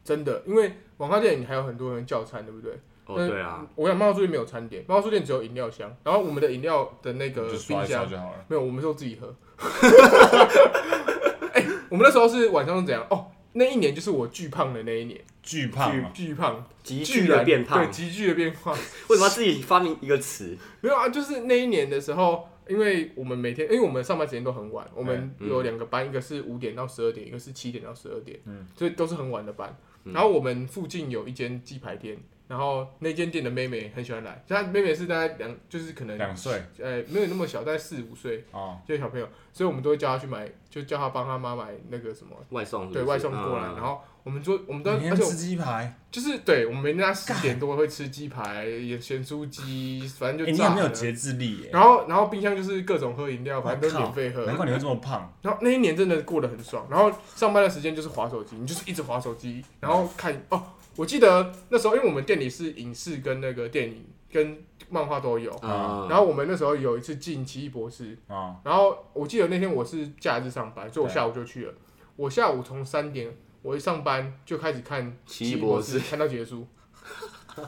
[SPEAKER 2] 真的，因为网咖店你还有很多人叫餐，对不对？
[SPEAKER 3] 哦，
[SPEAKER 2] 那
[SPEAKER 3] 对啊，
[SPEAKER 2] 我想漫画书店没有餐点，漫画书店只有饮料箱，然后我们的饮料的那个
[SPEAKER 1] 就
[SPEAKER 2] 呃冰
[SPEAKER 1] 刷一刷
[SPEAKER 2] 箱
[SPEAKER 1] 就好了。
[SPEAKER 2] 没有，我们都自己喝。 哎、我们那时候是晚上是怎样？哦，那一年就是我巨胖的那一年，
[SPEAKER 1] 巨胖啊
[SPEAKER 2] 巨
[SPEAKER 1] 嘛，
[SPEAKER 2] 巨胖，
[SPEAKER 3] 急
[SPEAKER 2] 巨
[SPEAKER 3] 剧的
[SPEAKER 2] 然
[SPEAKER 3] 变胖
[SPEAKER 2] 对，，急剧的变胖。
[SPEAKER 3] 为什么要自己发明一个词？
[SPEAKER 2] 没有啊，就是那一年的时候，因为我们每天，因为我们上班时间都很晚，我
[SPEAKER 3] 嗯
[SPEAKER 2] 们有两个班，一个是五点到十二点，一个是七点到十二点，
[SPEAKER 1] 嗯
[SPEAKER 2] 所以都是很晚的班。
[SPEAKER 3] 嗯
[SPEAKER 2] 然后我们附近有一间鸡排店，然后那间店的妹妹很喜欢来，她妹妹是大概两，就是可能
[SPEAKER 1] 两岁
[SPEAKER 2] 呃没有那么小，大概四五岁，
[SPEAKER 1] 哦，
[SPEAKER 2] 就是小朋友，所以我们都会叫她去买，就叫她帮她妈买那个什么，
[SPEAKER 3] 外送是不是
[SPEAKER 2] 对外送过来，
[SPEAKER 3] 嗯
[SPEAKER 2] 然后。我们做，我们都，
[SPEAKER 1] 每天
[SPEAKER 2] 而且我
[SPEAKER 1] 吃鸡排。
[SPEAKER 2] 就是对，我们每天大概十点多会吃鸡排、咸酥鸡，反正
[SPEAKER 1] 哎，
[SPEAKER 2] 就
[SPEAKER 1] 你
[SPEAKER 2] 炸
[SPEAKER 1] 有没有
[SPEAKER 2] 了
[SPEAKER 1] 节制力耶？
[SPEAKER 2] 然后然后冰箱就是各种喝饮料，反正都
[SPEAKER 1] 我靠
[SPEAKER 2] 免费喝。
[SPEAKER 1] 难怪你会这么胖。
[SPEAKER 2] 然后那一年真的过得很爽，然后上班的时间就是划手机，你就是一直划手机，然后看哦。我记得那时候，因为我们店里是影视跟那个电影跟漫画都有，
[SPEAKER 3] 啊，
[SPEAKER 2] 然后我们那时候有一次进奇异博士，
[SPEAKER 1] 啊，
[SPEAKER 2] 然后我记得那天我是假日上班，所以我下午就去了。我下午从三点，我一上班就开始看
[SPEAKER 3] 奇异
[SPEAKER 2] 博
[SPEAKER 3] 博士
[SPEAKER 2] 看到结束。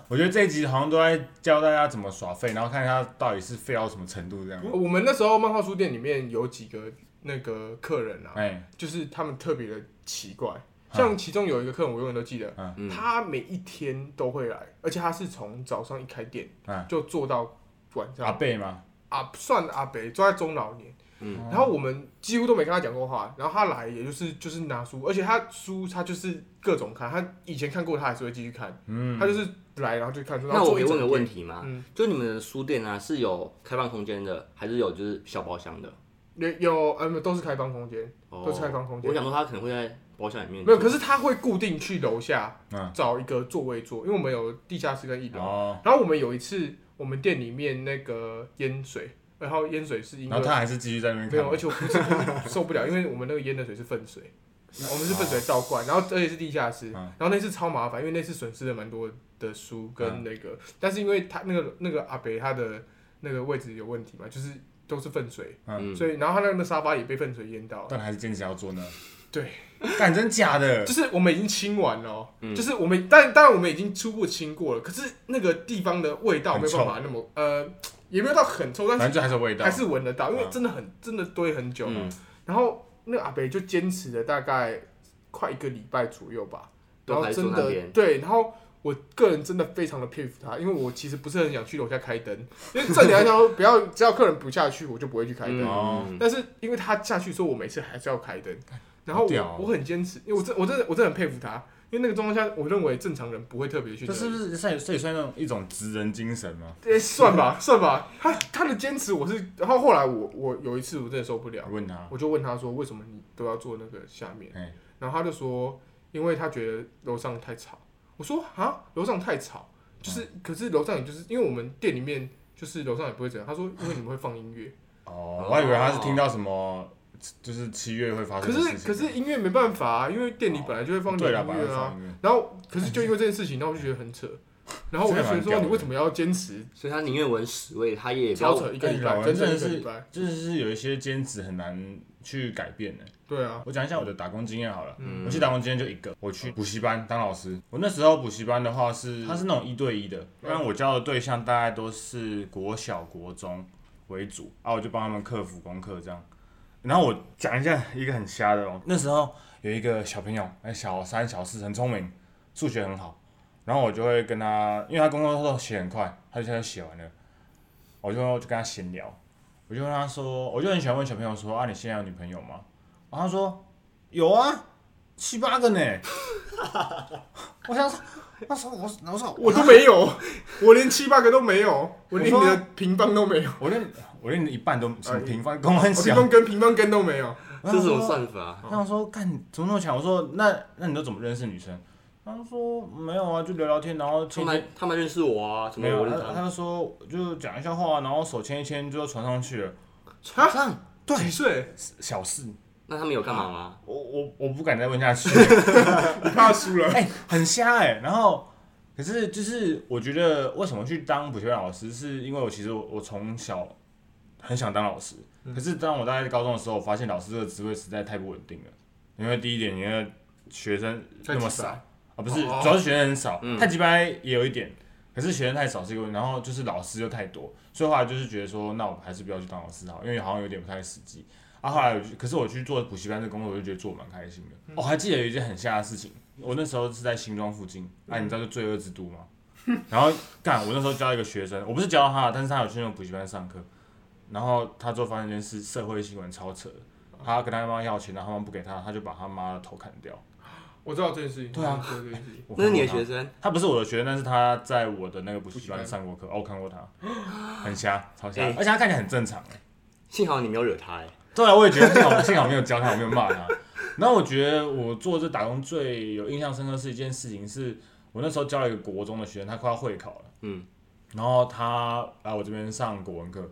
[SPEAKER 1] 我觉得这一集好像都在教大家怎么耍废，然后看他到底是废到什么程度这
[SPEAKER 3] 嗯
[SPEAKER 1] 样。
[SPEAKER 2] 我们那时候漫画书店里面有几个那个客人啊，
[SPEAKER 3] 嗯
[SPEAKER 1] 哎，
[SPEAKER 2] 就是他们特别的奇怪。像其中有一个客人，我永远都记得，
[SPEAKER 3] 嗯
[SPEAKER 2] 他每一天都会来，而且他是从早上一开店
[SPEAKER 1] 嗯
[SPEAKER 2] 就做到晚
[SPEAKER 1] 阿
[SPEAKER 2] 上，
[SPEAKER 1] 贝吗？
[SPEAKER 2] 啊，算阿北，坐在中老年。
[SPEAKER 3] 嗯
[SPEAKER 2] 然后我们几乎都没跟他讲过话，然后他来也就是就是拿书，而且他书他就是各种看，他以前看过他还是会继续看，
[SPEAKER 1] 嗯
[SPEAKER 2] 他就是来然后就看书。然
[SPEAKER 3] 那
[SPEAKER 2] 后
[SPEAKER 3] 我
[SPEAKER 2] 坐
[SPEAKER 3] 可以问
[SPEAKER 2] 一
[SPEAKER 3] 个
[SPEAKER 2] 整
[SPEAKER 3] 问
[SPEAKER 2] 天，
[SPEAKER 3] 题吗？
[SPEAKER 2] 嗯
[SPEAKER 3] 就你们的书店啊，是有开放空间的，还是有就是小包厢的？
[SPEAKER 2] 有有呃没有都是开放空间，
[SPEAKER 3] 哦
[SPEAKER 2] 都是开放空间
[SPEAKER 3] 我想说他可能会在包厢里面。
[SPEAKER 2] 没有，可是他会固定去楼下
[SPEAKER 1] 嗯
[SPEAKER 2] 找一个座位坐，因为我们有地下室跟一楼。
[SPEAKER 1] 哦，
[SPEAKER 2] 然后我们有一次，我们店里面那个烟水，然后烟水是因
[SPEAKER 1] 然后
[SPEAKER 2] 为
[SPEAKER 1] 他还是继续在那边
[SPEAKER 2] 没有，而
[SPEAKER 1] 看。
[SPEAKER 2] 且我不是不是受不了，因为我们那个烟的水是粪水，我们是粪水倒灌，然后而且是地下室，
[SPEAKER 1] 嗯
[SPEAKER 2] 然后那次超麻烦，因为那次损失了蛮多的书跟那个，但是因为他那个那个阿北他的那个位置有问题嘛，就是都是粪水，
[SPEAKER 3] 嗯，
[SPEAKER 2] 所以然后他那个沙发也被粪水淹到了。
[SPEAKER 1] 但还是坚持要做呢。
[SPEAKER 2] 对，
[SPEAKER 1] 干真假的
[SPEAKER 2] 就？是我们已经清完了哦、
[SPEAKER 3] 嗯
[SPEAKER 2] 就是我们，但当然我们已经初步清过了，可是那个地方的味道没有办法那么呃，也没有到很臭，但
[SPEAKER 1] 反
[SPEAKER 2] 是
[SPEAKER 1] 正就还是有味道
[SPEAKER 2] 还。是闻得到，因为
[SPEAKER 1] 嗯
[SPEAKER 2] 真的很真的堆很久。
[SPEAKER 3] 嗯
[SPEAKER 2] 然后那个阿北就坚持了大概快一个礼拜左右吧，
[SPEAKER 3] 都
[SPEAKER 2] 然后
[SPEAKER 3] 还坐
[SPEAKER 2] 真
[SPEAKER 3] 那
[SPEAKER 2] 的
[SPEAKER 3] 边
[SPEAKER 2] 对，然后我个人真的非常的佩服他，因为我其实不是很想去楼下开灯，因为正常来说不要只要客人不下去，我就不会去开灯。
[SPEAKER 1] 哦
[SPEAKER 3] 嗯
[SPEAKER 2] 但是因为他下去说，我每次还是要开灯，然后
[SPEAKER 1] 好
[SPEAKER 2] 我、
[SPEAKER 1] 屌哦
[SPEAKER 2] 我很坚持，因为我真我真的我真的很佩服他，因为那个状况下，我认为正常人不会特别去。
[SPEAKER 1] 这是不是算这也算那种一种职人精神吗？
[SPEAKER 2] 诶算吧，算吧，他他的坚持我是，然后后来我我有一次我真的受不了，
[SPEAKER 1] 问他，
[SPEAKER 2] 我就问他说为什么你都要做那个下面
[SPEAKER 1] 哎，
[SPEAKER 2] 然后他就说因为他觉得楼上太吵。我说啊，楼上太吵，就是、
[SPEAKER 1] 嗯
[SPEAKER 2] 可是楼上也就是因为我们店里面就是楼上也不会怎样。他说因为你们会放音乐，
[SPEAKER 1] 哦，我还以为他是听到什么，就是七月会发生
[SPEAKER 2] 可
[SPEAKER 1] 的事情。
[SPEAKER 2] 是
[SPEAKER 1] 哦
[SPEAKER 2] 可是音乐没办法啊，因为店里本来就会放
[SPEAKER 1] 对
[SPEAKER 2] 点
[SPEAKER 1] 了，
[SPEAKER 2] 音
[SPEAKER 1] 把它
[SPEAKER 2] 乐啊
[SPEAKER 1] 放。音乐
[SPEAKER 2] 然后可是就因为这件事情，然后我就觉得很扯，然后我就觉得
[SPEAKER 1] 这还蛮
[SPEAKER 2] 说
[SPEAKER 1] 屌的
[SPEAKER 2] 你为什么要坚持
[SPEAKER 3] 所以他宁愿闻屎味，他也不
[SPEAKER 2] 超
[SPEAKER 3] 要
[SPEAKER 2] 扯一个礼
[SPEAKER 1] 哎老
[SPEAKER 2] 拜，
[SPEAKER 1] 人
[SPEAKER 2] 整整
[SPEAKER 1] 真
[SPEAKER 2] 一个
[SPEAKER 1] 的是
[SPEAKER 2] 礼拜。
[SPEAKER 1] 就是有一些兼职很难去改变的。
[SPEAKER 2] 对啊，
[SPEAKER 1] 我讲一下我的打工经验好了。
[SPEAKER 3] 嗯
[SPEAKER 1] 我去打工经验就一个，我去补习班当老师。我那时候补习班的话是，它是那种一对一的，但我教的对象大概都是国小、国中为主啊，我就帮他们克服功课这样。然后我讲一下一个很瞎的哦，那时候有一个小朋友，哎，小三、小四很聪明，数学很好，然后我就会跟他，因为他功课都写很快，他就现在写完了，我就就跟他闲聊，我就跟他说，我就很喜欢问小朋友说啊，你现在有女朋友吗？然后他说有啊，七八 个呢。我想说，那时候我我说
[SPEAKER 2] 我都没有，我连七八个都没有，我连
[SPEAKER 1] 我
[SPEAKER 2] 你
[SPEAKER 1] 说
[SPEAKER 2] 的平方都没有，
[SPEAKER 1] 我连我连一半都什么
[SPEAKER 2] 哎
[SPEAKER 1] 平方公很
[SPEAKER 2] 我平
[SPEAKER 1] 小，哦
[SPEAKER 2] 方根平方根都没有。
[SPEAKER 1] 我
[SPEAKER 3] 这
[SPEAKER 1] 想
[SPEAKER 3] 是
[SPEAKER 1] 说
[SPEAKER 3] 种算法？
[SPEAKER 2] 哦
[SPEAKER 1] 他想说，干怎么那么强？我说，那那你都怎么认识女生？他说没有啊，就聊聊天，然后
[SPEAKER 3] 他
[SPEAKER 1] 牵
[SPEAKER 2] 嗯
[SPEAKER 3] 们他们认识我啊，什么
[SPEAKER 1] 没有
[SPEAKER 3] 我认识
[SPEAKER 1] 他，
[SPEAKER 3] 他
[SPEAKER 1] 他就说就讲一下话，然后手牵一牵就传上去了。
[SPEAKER 3] 床上？
[SPEAKER 1] 对
[SPEAKER 2] 几 岁？
[SPEAKER 1] 小事，
[SPEAKER 3] 那他们有干嘛
[SPEAKER 2] 啊
[SPEAKER 3] 吗？
[SPEAKER 1] 我我我不敢再问下去，
[SPEAKER 2] 你怕输了？
[SPEAKER 1] 哎、很瞎哎、然后可是就是我觉得为什么去当补习班老师，是因为我其实我我从小很想当老师，可是当我大概高中的时候，我发现老师这个职位实在太不稳定了。因为第一点，因为学生那么少，啊，不是，
[SPEAKER 2] 哦
[SPEAKER 1] 主要是学生很少，
[SPEAKER 3] 嗯
[SPEAKER 1] 太鸡掰也有一点，可是学生太少是一个问题，然后就是老师又太多，所以后来就是觉得说，那我还是不要去当老师好，因为好像有点不太实际。啊，后来我就，可是我去做补习班的工作，我就觉得做得蛮开心的。
[SPEAKER 3] 嗯
[SPEAKER 1] 哦我、还记得有一件很吓的事情，我那时候是在新庄附近，啊，你知道就罪恶之都吗？ 然后干，我那时候教一个学生，我不是教他，但是他有去那种补习班上课，然后他做发现一件事，社会新闻超扯的，他跟他妈要钱，然后他妈不给他，他就把他妈的头砍掉。
[SPEAKER 2] 我知道这件事情。
[SPEAKER 1] 对啊
[SPEAKER 2] 我知道这件事 情。
[SPEAKER 1] 我
[SPEAKER 3] 那是你的
[SPEAKER 1] 看过他
[SPEAKER 3] 学生，
[SPEAKER 1] 他不是我的学生，但是他在我的那个补习
[SPEAKER 2] 补
[SPEAKER 1] 班
[SPEAKER 2] 习班
[SPEAKER 1] 上过课，哦，我看过他，很瞎，超瞎，
[SPEAKER 3] 哎
[SPEAKER 1] 而且他看起来很正常。哎
[SPEAKER 3] 幸好你没有惹他哎。
[SPEAKER 1] 对啊，我也觉得幸好幸好没有教他，我没有骂他。 然后我觉得我做这打工最有印象深刻是一件事情，是我那时候教了一个国中的学生，他快要会考了，
[SPEAKER 3] 嗯，
[SPEAKER 1] 然后他来我这边上国文课，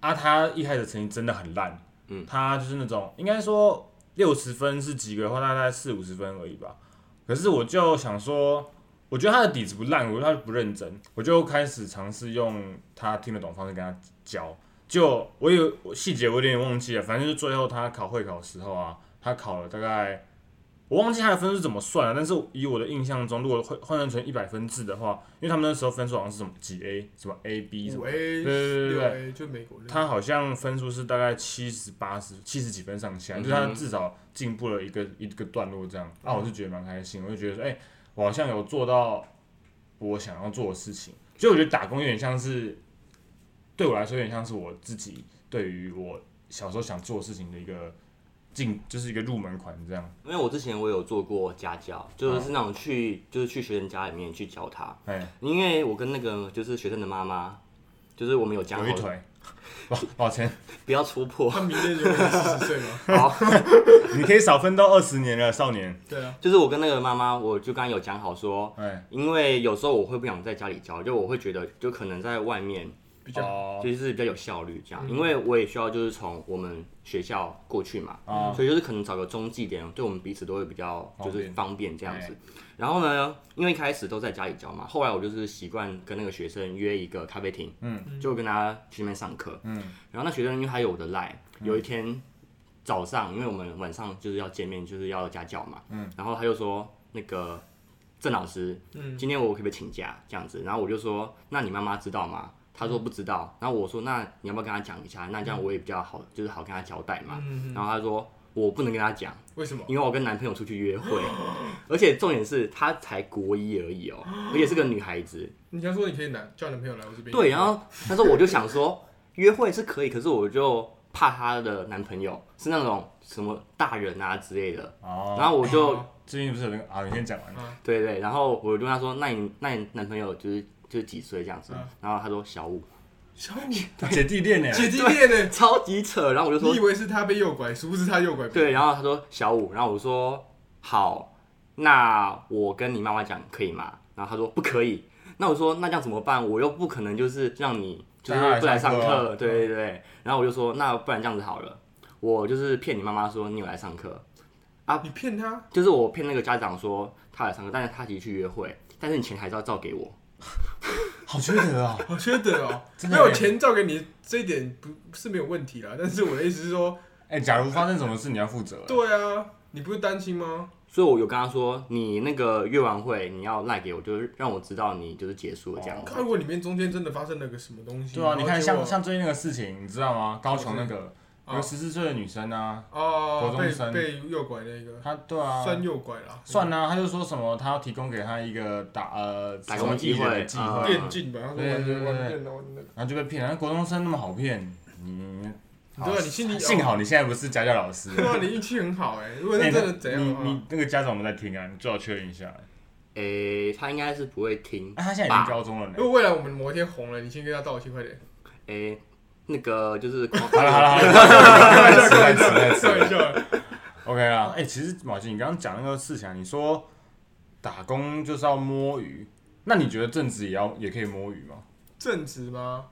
[SPEAKER 1] 啊，他一开始成绩真的很烂，
[SPEAKER 3] 嗯
[SPEAKER 1] 他就是那种应该说六十分是及格的话，大概四五十分而已吧。可是我就想说，我觉得他的底子不烂，我觉得他不认真，我就开始尝试用他听得懂的方式跟他教。就我有我细节我有点忘记了，反正就是最后他考会考的时候啊，他考了大概我忘记他的分数怎么算了，但是以我的印象中，如果换换算成一百分制的话，因为他们那时候分数好像是什么几 A 什么 A B 什
[SPEAKER 2] 五
[SPEAKER 1] 么，
[SPEAKER 2] A
[SPEAKER 1] 对对对
[SPEAKER 2] 六
[SPEAKER 1] 对
[SPEAKER 2] A 就美国人。
[SPEAKER 1] 他好像分数是大概七十八十七十几分上下，
[SPEAKER 3] 嗯哼
[SPEAKER 1] 就是他至少进步了一个一个段落这样。啊，我是觉得蛮开心，我就觉得说，哎、我好像有做到我想要做的事情。所以我觉得打工有点像是对我来说有点像是我自己对于我小时候想做的事情的一个进，就是一个入门款这样。
[SPEAKER 3] 因为我之前我有做过家
[SPEAKER 2] 哦
[SPEAKER 3] 教，就是那种去就是去学生家里面去教他，
[SPEAKER 1] 哎、
[SPEAKER 3] 因为我跟那个就是学生的妈妈，就是我们有讲
[SPEAKER 1] 有
[SPEAKER 3] 好
[SPEAKER 1] 一腿，抱抱歉，
[SPEAKER 3] 不要戳破，
[SPEAKER 2] 他迷恋永远四十岁 吗？
[SPEAKER 3] 好，
[SPEAKER 1] 你可以少奋斗二十年了，少年。
[SPEAKER 2] 对啊，
[SPEAKER 3] 就是我跟那个妈妈，我就刚刚有讲好说，
[SPEAKER 1] 哎、
[SPEAKER 3] 因为有时候我会不想在家里教，就我会觉得就可能在外面
[SPEAKER 2] 比较
[SPEAKER 1] 哦
[SPEAKER 3] 就是比较有效率这样，因为我也需要就是从我们学校过去嘛，
[SPEAKER 1] 啊
[SPEAKER 3] 所以就是可能找个中继点，对我们彼此都会比较就是哦方便哎这样
[SPEAKER 1] 方
[SPEAKER 3] 子。然后呢，因为一开始都在家里教嘛，后来我就是习惯跟那个学生约一个咖啡厅，嗯，就跟他去那边上课，嗯。然后那学生因为他有我的 line，有一天早上，因为我们晚上就是要见面，就是要家教嘛，嗯。然后他就说那个郑老师，
[SPEAKER 2] 嗯
[SPEAKER 3] 今天我可不可以请假这样子？然后我就说，那你妈妈知道吗？他说不知道。然后我说，那你要不要跟他讲一下？那这样我也比较好，就是好跟他交代嘛。
[SPEAKER 2] 嗯
[SPEAKER 3] 然后他说我不能跟他讲，
[SPEAKER 2] 为什么？
[SPEAKER 3] 因为我跟男朋友出去约会， 而且重点是她才国一而已哦，而且是个女孩子。
[SPEAKER 2] 你刚说你可以拿叫男朋友来我这边。哦
[SPEAKER 3] 对，然后那时候我就想说，约会是可以，可是我就怕她的男朋友是那种什么大人啊之类的，
[SPEAKER 1] 哦，
[SPEAKER 3] 然后我 就
[SPEAKER 2] 哦
[SPEAKER 1] 最近不是有那个啊，你先讲完。
[SPEAKER 3] 对对，然后我就跟她说，那你那你男朋友就是就是几岁这样子
[SPEAKER 2] 嗯？
[SPEAKER 3] 然后她说小五，
[SPEAKER 2] 小五姐
[SPEAKER 1] 姐弟恋呢？
[SPEAKER 2] 弟恋呢？
[SPEAKER 3] 超级扯，然后我就说
[SPEAKER 2] 你以为是他被诱拐，殊不知他诱拐别人。
[SPEAKER 3] 对，然后他说小五，然后我说好，那我跟你妈妈讲可以吗？然后他说不可以，那我说那这样怎么办？我又不可能就是让你就是
[SPEAKER 1] 当然
[SPEAKER 3] 不来上
[SPEAKER 1] 上课
[SPEAKER 3] 课，对对对。然后我就说那不然这样子好了，我就是骗你妈妈说你有来上课，
[SPEAKER 2] 你骗他，
[SPEAKER 3] 就是我骗那个家长说他来上课，但是他其实去约会，但是你钱还是要照给我。
[SPEAKER 1] 好缺德啊！
[SPEAKER 2] 好缺德哦！
[SPEAKER 1] 真
[SPEAKER 2] 没
[SPEAKER 1] 的
[SPEAKER 2] 有钱照给你，这一点不是没有问题啦。但是我的意思是说，
[SPEAKER 1] 哎、假如发生什么事，你要负责。
[SPEAKER 2] 对啊，你不会担心吗？
[SPEAKER 3] 所以我有跟他说，你那个阅完会你要赖给我，就是让我知道你就是结束了这样
[SPEAKER 1] 哦
[SPEAKER 3] 子。
[SPEAKER 2] 看如果里面中间真的发生了个什么东西，
[SPEAKER 1] 对啊，你看
[SPEAKER 2] 然
[SPEAKER 1] 像
[SPEAKER 2] 后结果
[SPEAKER 1] 像最近那个事情，你知道吗？高雄那个有
[SPEAKER 2] 啊
[SPEAKER 1] 个十四岁的女生啊，
[SPEAKER 2] 哦
[SPEAKER 1] 国中
[SPEAKER 2] 被
[SPEAKER 1] 生
[SPEAKER 2] 被诱拐那个，
[SPEAKER 1] 她对啊，
[SPEAKER 2] 算诱拐啦，
[SPEAKER 1] 算啊，她就说什么，她要提供给她一个打呃
[SPEAKER 3] 打工
[SPEAKER 1] 手艺
[SPEAKER 3] 机会
[SPEAKER 1] 的机
[SPEAKER 3] 啊
[SPEAKER 1] 会，
[SPEAKER 2] 电竞吧，他说
[SPEAKER 1] 对
[SPEAKER 2] 玩
[SPEAKER 1] 对对
[SPEAKER 2] 玩
[SPEAKER 1] 对
[SPEAKER 2] 电脑玩那个，
[SPEAKER 1] 然后就被骗了。那国中生那么好骗，你好
[SPEAKER 2] 对啊，你心里
[SPEAKER 1] 幸好你现在不是家教老师。
[SPEAKER 2] 对啊，你运气很好哎，如果
[SPEAKER 1] 哎那
[SPEAKER 2] 是真的怎样
[SPEAKER 1] 你
[SPEAKER 2] 的话
[SPEAKER 1] 你，那个家长我们在听啊，你最好确认一下。
[SPEAKER 3] 诶、他应该是不会听。
[SPEAKER 1] 那、她现在已经
[SPEAKER 3] 爸
[SPEAKER 1] 高中了呢。
[SPEAKER 2] 如果未来我们某一天红了，你先跟他道 歉，快点，
[SPEAKER 3] 诶、那个就是
[SPEAKER 1] 好了好了好 了，开玩笑开玩笑开玩笑
[SPEAKER 2] 笑一笑，
[SPEAKER 1] OK
[SPEAKER 2] 啊
[SPEAKER 1] 啦，哎、其实马欣，你刚刚讲那个事情啊，你说打工就是要摸鱼，那你觉得正职也要也可以摸鱼吗？
[SPEAKER 2] 正直吗？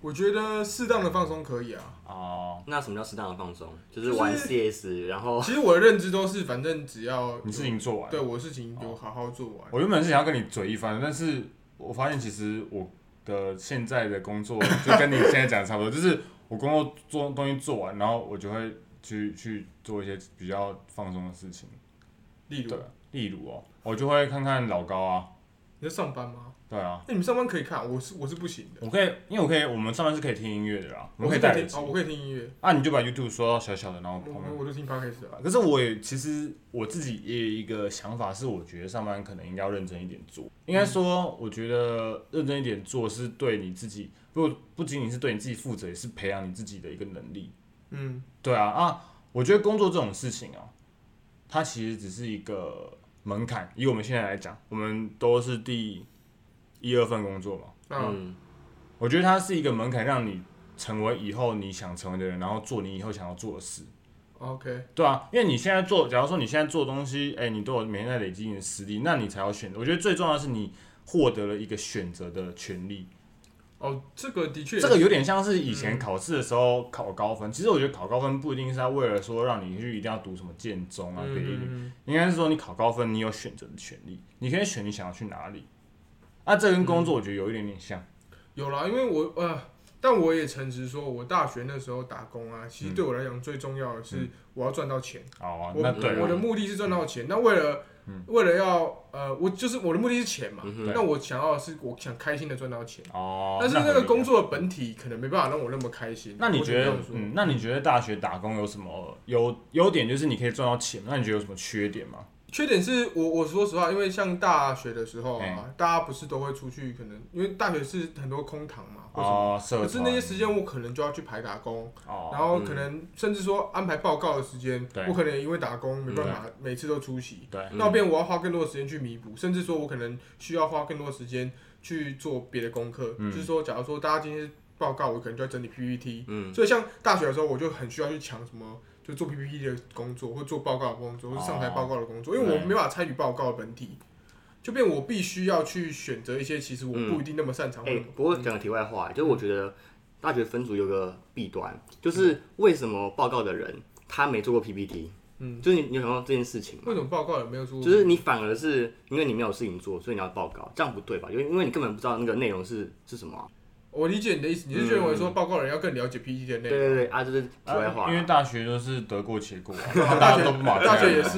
[SPEAKER 2] 我觉得适当的放松可 以啊。
[SPEAKER 1] 哦、
[SPEAKER 3] 那什么叫适当的放松？就
[SPEAKER 2] 就是是
[SPEAKER 3] 玩 CS，然后
[SPEAKER 2] 其实我的认知都是，反正只要
[SPEAKER 1] 你哦事情做完。
[SPEAKER 2] 对我的事情有好好做完，
[SPEAKER 1] 我原本是想要跟你嘴一番，但是我发现其实我的现在的工作就跟你现在讲的差不多， 就是我工作做东西做完，然后我就会去去做一些比较放松的事情。
[SPEAKER 2] 例如
[SPEAKER 1] 对，例如哦，我就会看看老高啊，
[SPEAKER 2] 你在上班吗？
[SPEAKER 1] 对啊，
[SPEAKER 2] 那、你们上班可以看，我是我是不行的。
[SPEAKER 1] 我可以，因为我可以，我们上班是可以听音乐的啦，我们可
[SPEAKER 2] 是
[SPEAKER 1] 以戴耳
[SPEAKER 2] 听
[SPEAKER 1] 机
[SPEAKER 2] 哦，我可以听音乐，
[SPEAKER 1] 啊，你就把 YouTube 缩到小小的，然后
[SPEAKER 2] 我
[SPEAKER 1] 旁边
[SPEAKER 2] 我我就听 podcast 啊。
[SPEAKER 1] 可是我也其实我自己也有一个想法是，我觉得上班可能应该要认真一点做。应该说，我觉得认真一点做是对你自己，不不仅仅是对你自己负责，也是培养你自己的一个能力。
[SPEAKER 2] 嗯，
[SPEAKER 1] 对啊啊，我觉得工作这种事情啊，它其实只是一个门槛。以我们现在来讲，我们都是第一二份工作嘛，
[SPEAKER 2] 啊，
[SPEAKER 3] 嗯，
[SPEAKER 1] 我觉得它是一个门槛，让你成为以后你想成为的人，然后做你以后想要做的事。
[SPEAKER 2] 哦 OK，
[SPEAKER 1] 对啊，因为你现在做，假如说你现在做东西，哎、你都有每天在累积你的实力，那你才有选择。我觉得最重要的是你获得了一个选择的权利，
[SPEAKER 2] 哦，这个的确，
[SPEAKER 1] 这个有点像是以
[SPEAKER 2] 嗯
[SPEAKER 1] 前考试的时候考高分。其实我觉得考高分不一定是要为了说让你去一定要读什么建中啊、
[SPEAKER 2] 嗯
[SPEAKER 1] 北一女，
[SPEAKER 2] 嗯
[SPEAKER 1] 应该是说你考高分，你有选择的权利，你可以选你想要去哪里。啊，这跟工作我觉得有一点点像，
[SPEAKER 2] 有啦，因为我呃，但我也诚实说，我大学那时候打工啊，其实对我来讲最重要的是我要赚到钱。
[SPEAKER 1] 好啊，
[SPEAKER 2] 我
[SPEAKER 1] 嗯那对
[SPEAKER 2] 我的
[SPEAKER 1] 啊，嗯
[SPEAKER 2] 目的是赚到钱，那为了为了要呃，我就是我的目的是钱嘛
[SPEAKER 3] 嗯，
[SPEAKER 1] 哼
[SPEAKER 2] 那我想要的是我想开心的赚到钱，
[SPEAKER 1] 哦，
[SPEAKER 2] 但是
[SPEAKER 1] 那
[SPEAKER 2] 那个
[SPEAKER 1] 合理
[SPEAKER 2] 工作的本体可能没办法让我那么开心。
[SPEAKER 1] 那你
[SPEAKER 2] 我只
[SPEAKER 1] 觉
[SPEAKER 2] 能
[SPEAKER 1] 得
[SPEAKER 2] 这，样说
[SPEAKER 1] 嗯，那你觉得大学打工有什么优优点？就是你可以赚到钱，那你觉得有什么缺点吗？
[SPEAKER 2] 缺点是我我说实话，因为像大学的时候啊
[SPEAKER 1] 哎，
[SPEAKER 2] 大家不是都会出去，可能因为大学是很多空堂嘛，或者、
[SPEAKER 1] 哦，社
[SPEAKER 2] 可
[SPEAKER 1] 团
[SPEAKER 2] 是那些时间我可能就要去排打工，然
[SPEAKER 1] 哦，
[SPEAKER 2] 后可能甚至说安排报告的时间
[SPEAKER 1] 对，嗯
[SPEAKER 2] 我可能也因为打工没办法每次都出席，
[SPEAKER 1] 对，
[SPEAKER 3] 嗯
[SPEAKER 2] 那边我要花更多的时间去弥补，甚至说我可能需要花更多的时间去做别的功课，
[SPEAKER 1] 嗯
[SPEAKER 2] 就是说假如说大家今天报告，我可能就要整理 PPT，
[SPEAKER 3] 嗯，
[SPEAKER 2] 所以像大学的时候，我就很需要去抢什么，就做 PPT 的工作，或做报告的工作，或是上台报告的工作，
[SPEAKER 1] 哦
[SPEAKER 2] 因为我
[SPEAKER 1] 对
[SPEAKER 2] 没办法参与报告的本体，就变我必须要去选择一些其实我
[SPEAKER 1] 嗯
[SPEAKER 2] 不一定那么擅长。
[SPEAKER 3] 哎、不过讲个题外话，
[SPEAKER 2] 嗯
[SPEAKER 3] 就是我觉得大学分组有个弊端，就是为什么报告的人他没做过 PPT？
[SPEAKER 2] 嗯，
[SPEAKER 3] 就是你你有想到这件事情吗？
[SPEAKER 2] 为什么报告也没有做？
[SPEAKER 3] 就是你反而是因为你没有事情做，所以你要报告，这样不对吧？因为因为你根本不知道那个内容是是什么啊、
[SPEAKER 2] 我理解你的意思，你是认为说
[SPEAKER 1] 嗯
[SPEAKER 2] 报告人要更了解 PPT 的内
[SPEAKER 3] 对
[SPEAKER 2] 容？
[SPEAKER 3] 对对啊，就是题外话、
[SPEAKER 1] 啊因为大学都是得过且 过啊，
[SPEAKER 2] 大
[SPEAKER 1] 大家
[SPEAKER 2] 学
[SPEAKER 1] 都不马
[SPEAKER 2] 大学
[SPEAKER 1] 赛
[SPEAKER 2] 也
[SPEAKER 1] 啊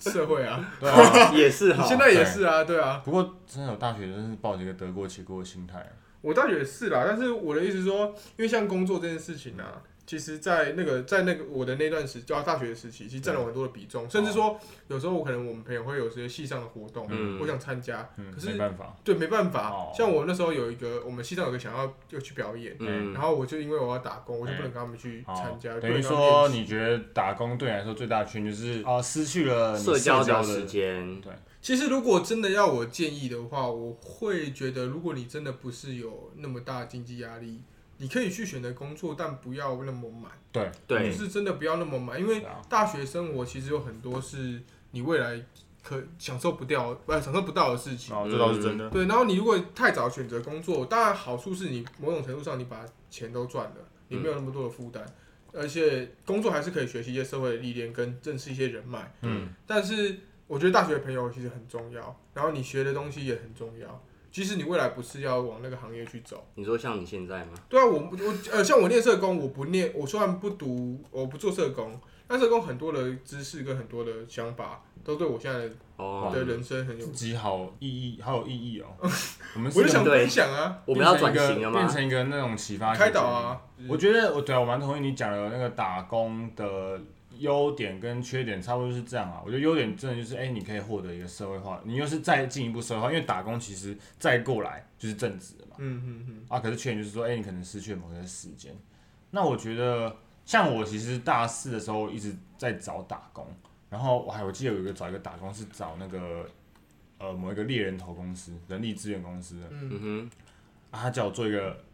[SPEAKER 2] 是社 会啊，
[SPEAKER 1] 对啊。
[SPEAKER 3] 也是哈
[SPEAKER 2] 你。现在也是啊，对啊。
[SPEAKER 1] 不过真的有大学真是抱着一个得过且过的心态啊，
[SPEAKER 2] 我大学也是啦，但是我的意思是说，因为像工作这件事情啊，其实，在那个在那个我的那段时叫大学的时期，其实占了我很多的比重，甚至说有时候我可能我们朋友会有些系上的活动，
[SPEAKER 3] 嗯
[SPEAKER 2] 我想参加，
[SPEAKER 1] 嗯
[SPEAKER 2] 可，
[SPEAKER 1] 没
[SPEAKER 2] 是
[SPEAKER 1] 办法，
[SPEAKER 2] 对没办法，
[SPEAKER 1] 哦
[SPEAKER 2] 像我那时候有一个我们系上有个想要要去表演，
[SPEAKER 3] 嗯
[SPEAKER 2] 然后我就因为我要打工，我就
[SPEAKER 1] 哎
[SPEAKER 2] 不能跟他们去
[SPEAKER 1] 好
[SPEAKER 2] 参加，
[SPEAKER 1] 哦
[SPEAKER 2] 啊
[SPEAKER 1] 等于
[SPEAKER 2] 不能跟他
[SPEAKER 1] 说
[SPEAKER 2] 们一起
[SPEAKER 1] 你觉得打工对你来说最大的缺点
[SPEAKER 2] 嗯
[SPEAKER 1] 就是啊，失去了你
[SPEAKER 3] 社交
[SPEAKER 1] 交
[SPEAKER 3] 的
[SPEAKER 1] 的
[SPEAKER 3] 时间，
[SPEAKER 2] 其实如果真的要我建议的话，我会觉得，如果你真的不是有那么大的经济压力。你可以去选择工作，但不要那么满。
[SPEAKER 1] 对
[SPEAKER 3] 对
[SPEAKER 2] 就，是真的不要那么满，因为
[SPEAKER 1] 对啊
[SPEAKER 2] 大学生活其实有很多是你未来可享受不掉、呃享受不到的事情。
[SPEAKER 1] 哦，这倒是真的，
[SPEAKER 2] 对，然后你如果太早选择工作，当然好处是你某种程度上你把钱都赚了，你没有那么多的负担，而且工作还是可以学习一些社会的历练跟认识一些人脉。
[SPEAKER 1] 嗯，
[SPEAKER 2] 但是我觉得大学的朋友其实很重要，然后你学的东西也很重要。即使你未来不是要往那个行业去走。
[SPEAKER 3] 你说像你现在吗？
[SPEAKER 2] 对啊，我我呃，像我念社工，我不念，我虽然不读，我不做社工，但社工很多的知识跟很多的想法，都对我现在的
[SPEAKER 3] 哦，
[SPEAKER 2] 的人生很有
[SPEAKER 1] 自。己好意义，好有意义 哦。我们
[SPEAKER 2] 我就是想分享啊，
[SPEAKER 3] 我们要转
[SPEAKER 1] 变成一
[SPEAKER 3] 型
[SPEAKER 1] 个
[SPEAKER 3] 了
[SPEAKER 1] 变
[SPEAKER 3] 吗？
[SPEAKER 1] 成一个那种启发
[SPEAKER 2] 开
[SPEAKER 1] 型
[SPEAKER 2] 导
[SPEAKER 1] 节目。
[SPEAKER 2] 啊，
[SPEAKER 1] 我觉得我对啊我蛮同意你讲的那个打工的优点跟缺点，差不多是这样啊。我觉得优点真的就是，哎、你可以获得一个社会化，你又是再进一步社会化，因为打工其实再过来就是正职了嘛。
[SPEAKER 2] 嗯嗯嗯，
[SPEAKER 1] 啊，可是缺点就是说，哎、你可能失去了某些时间。那我觉得，像我其实大四的时候一直在找打工，然后我还我记得有一个找一个打工是找那个呃某一个猎人头公司、人力资源公司的，
[SPEAKER 3] 嗯
[SPEAKER 1] 啊，他叫我做一个，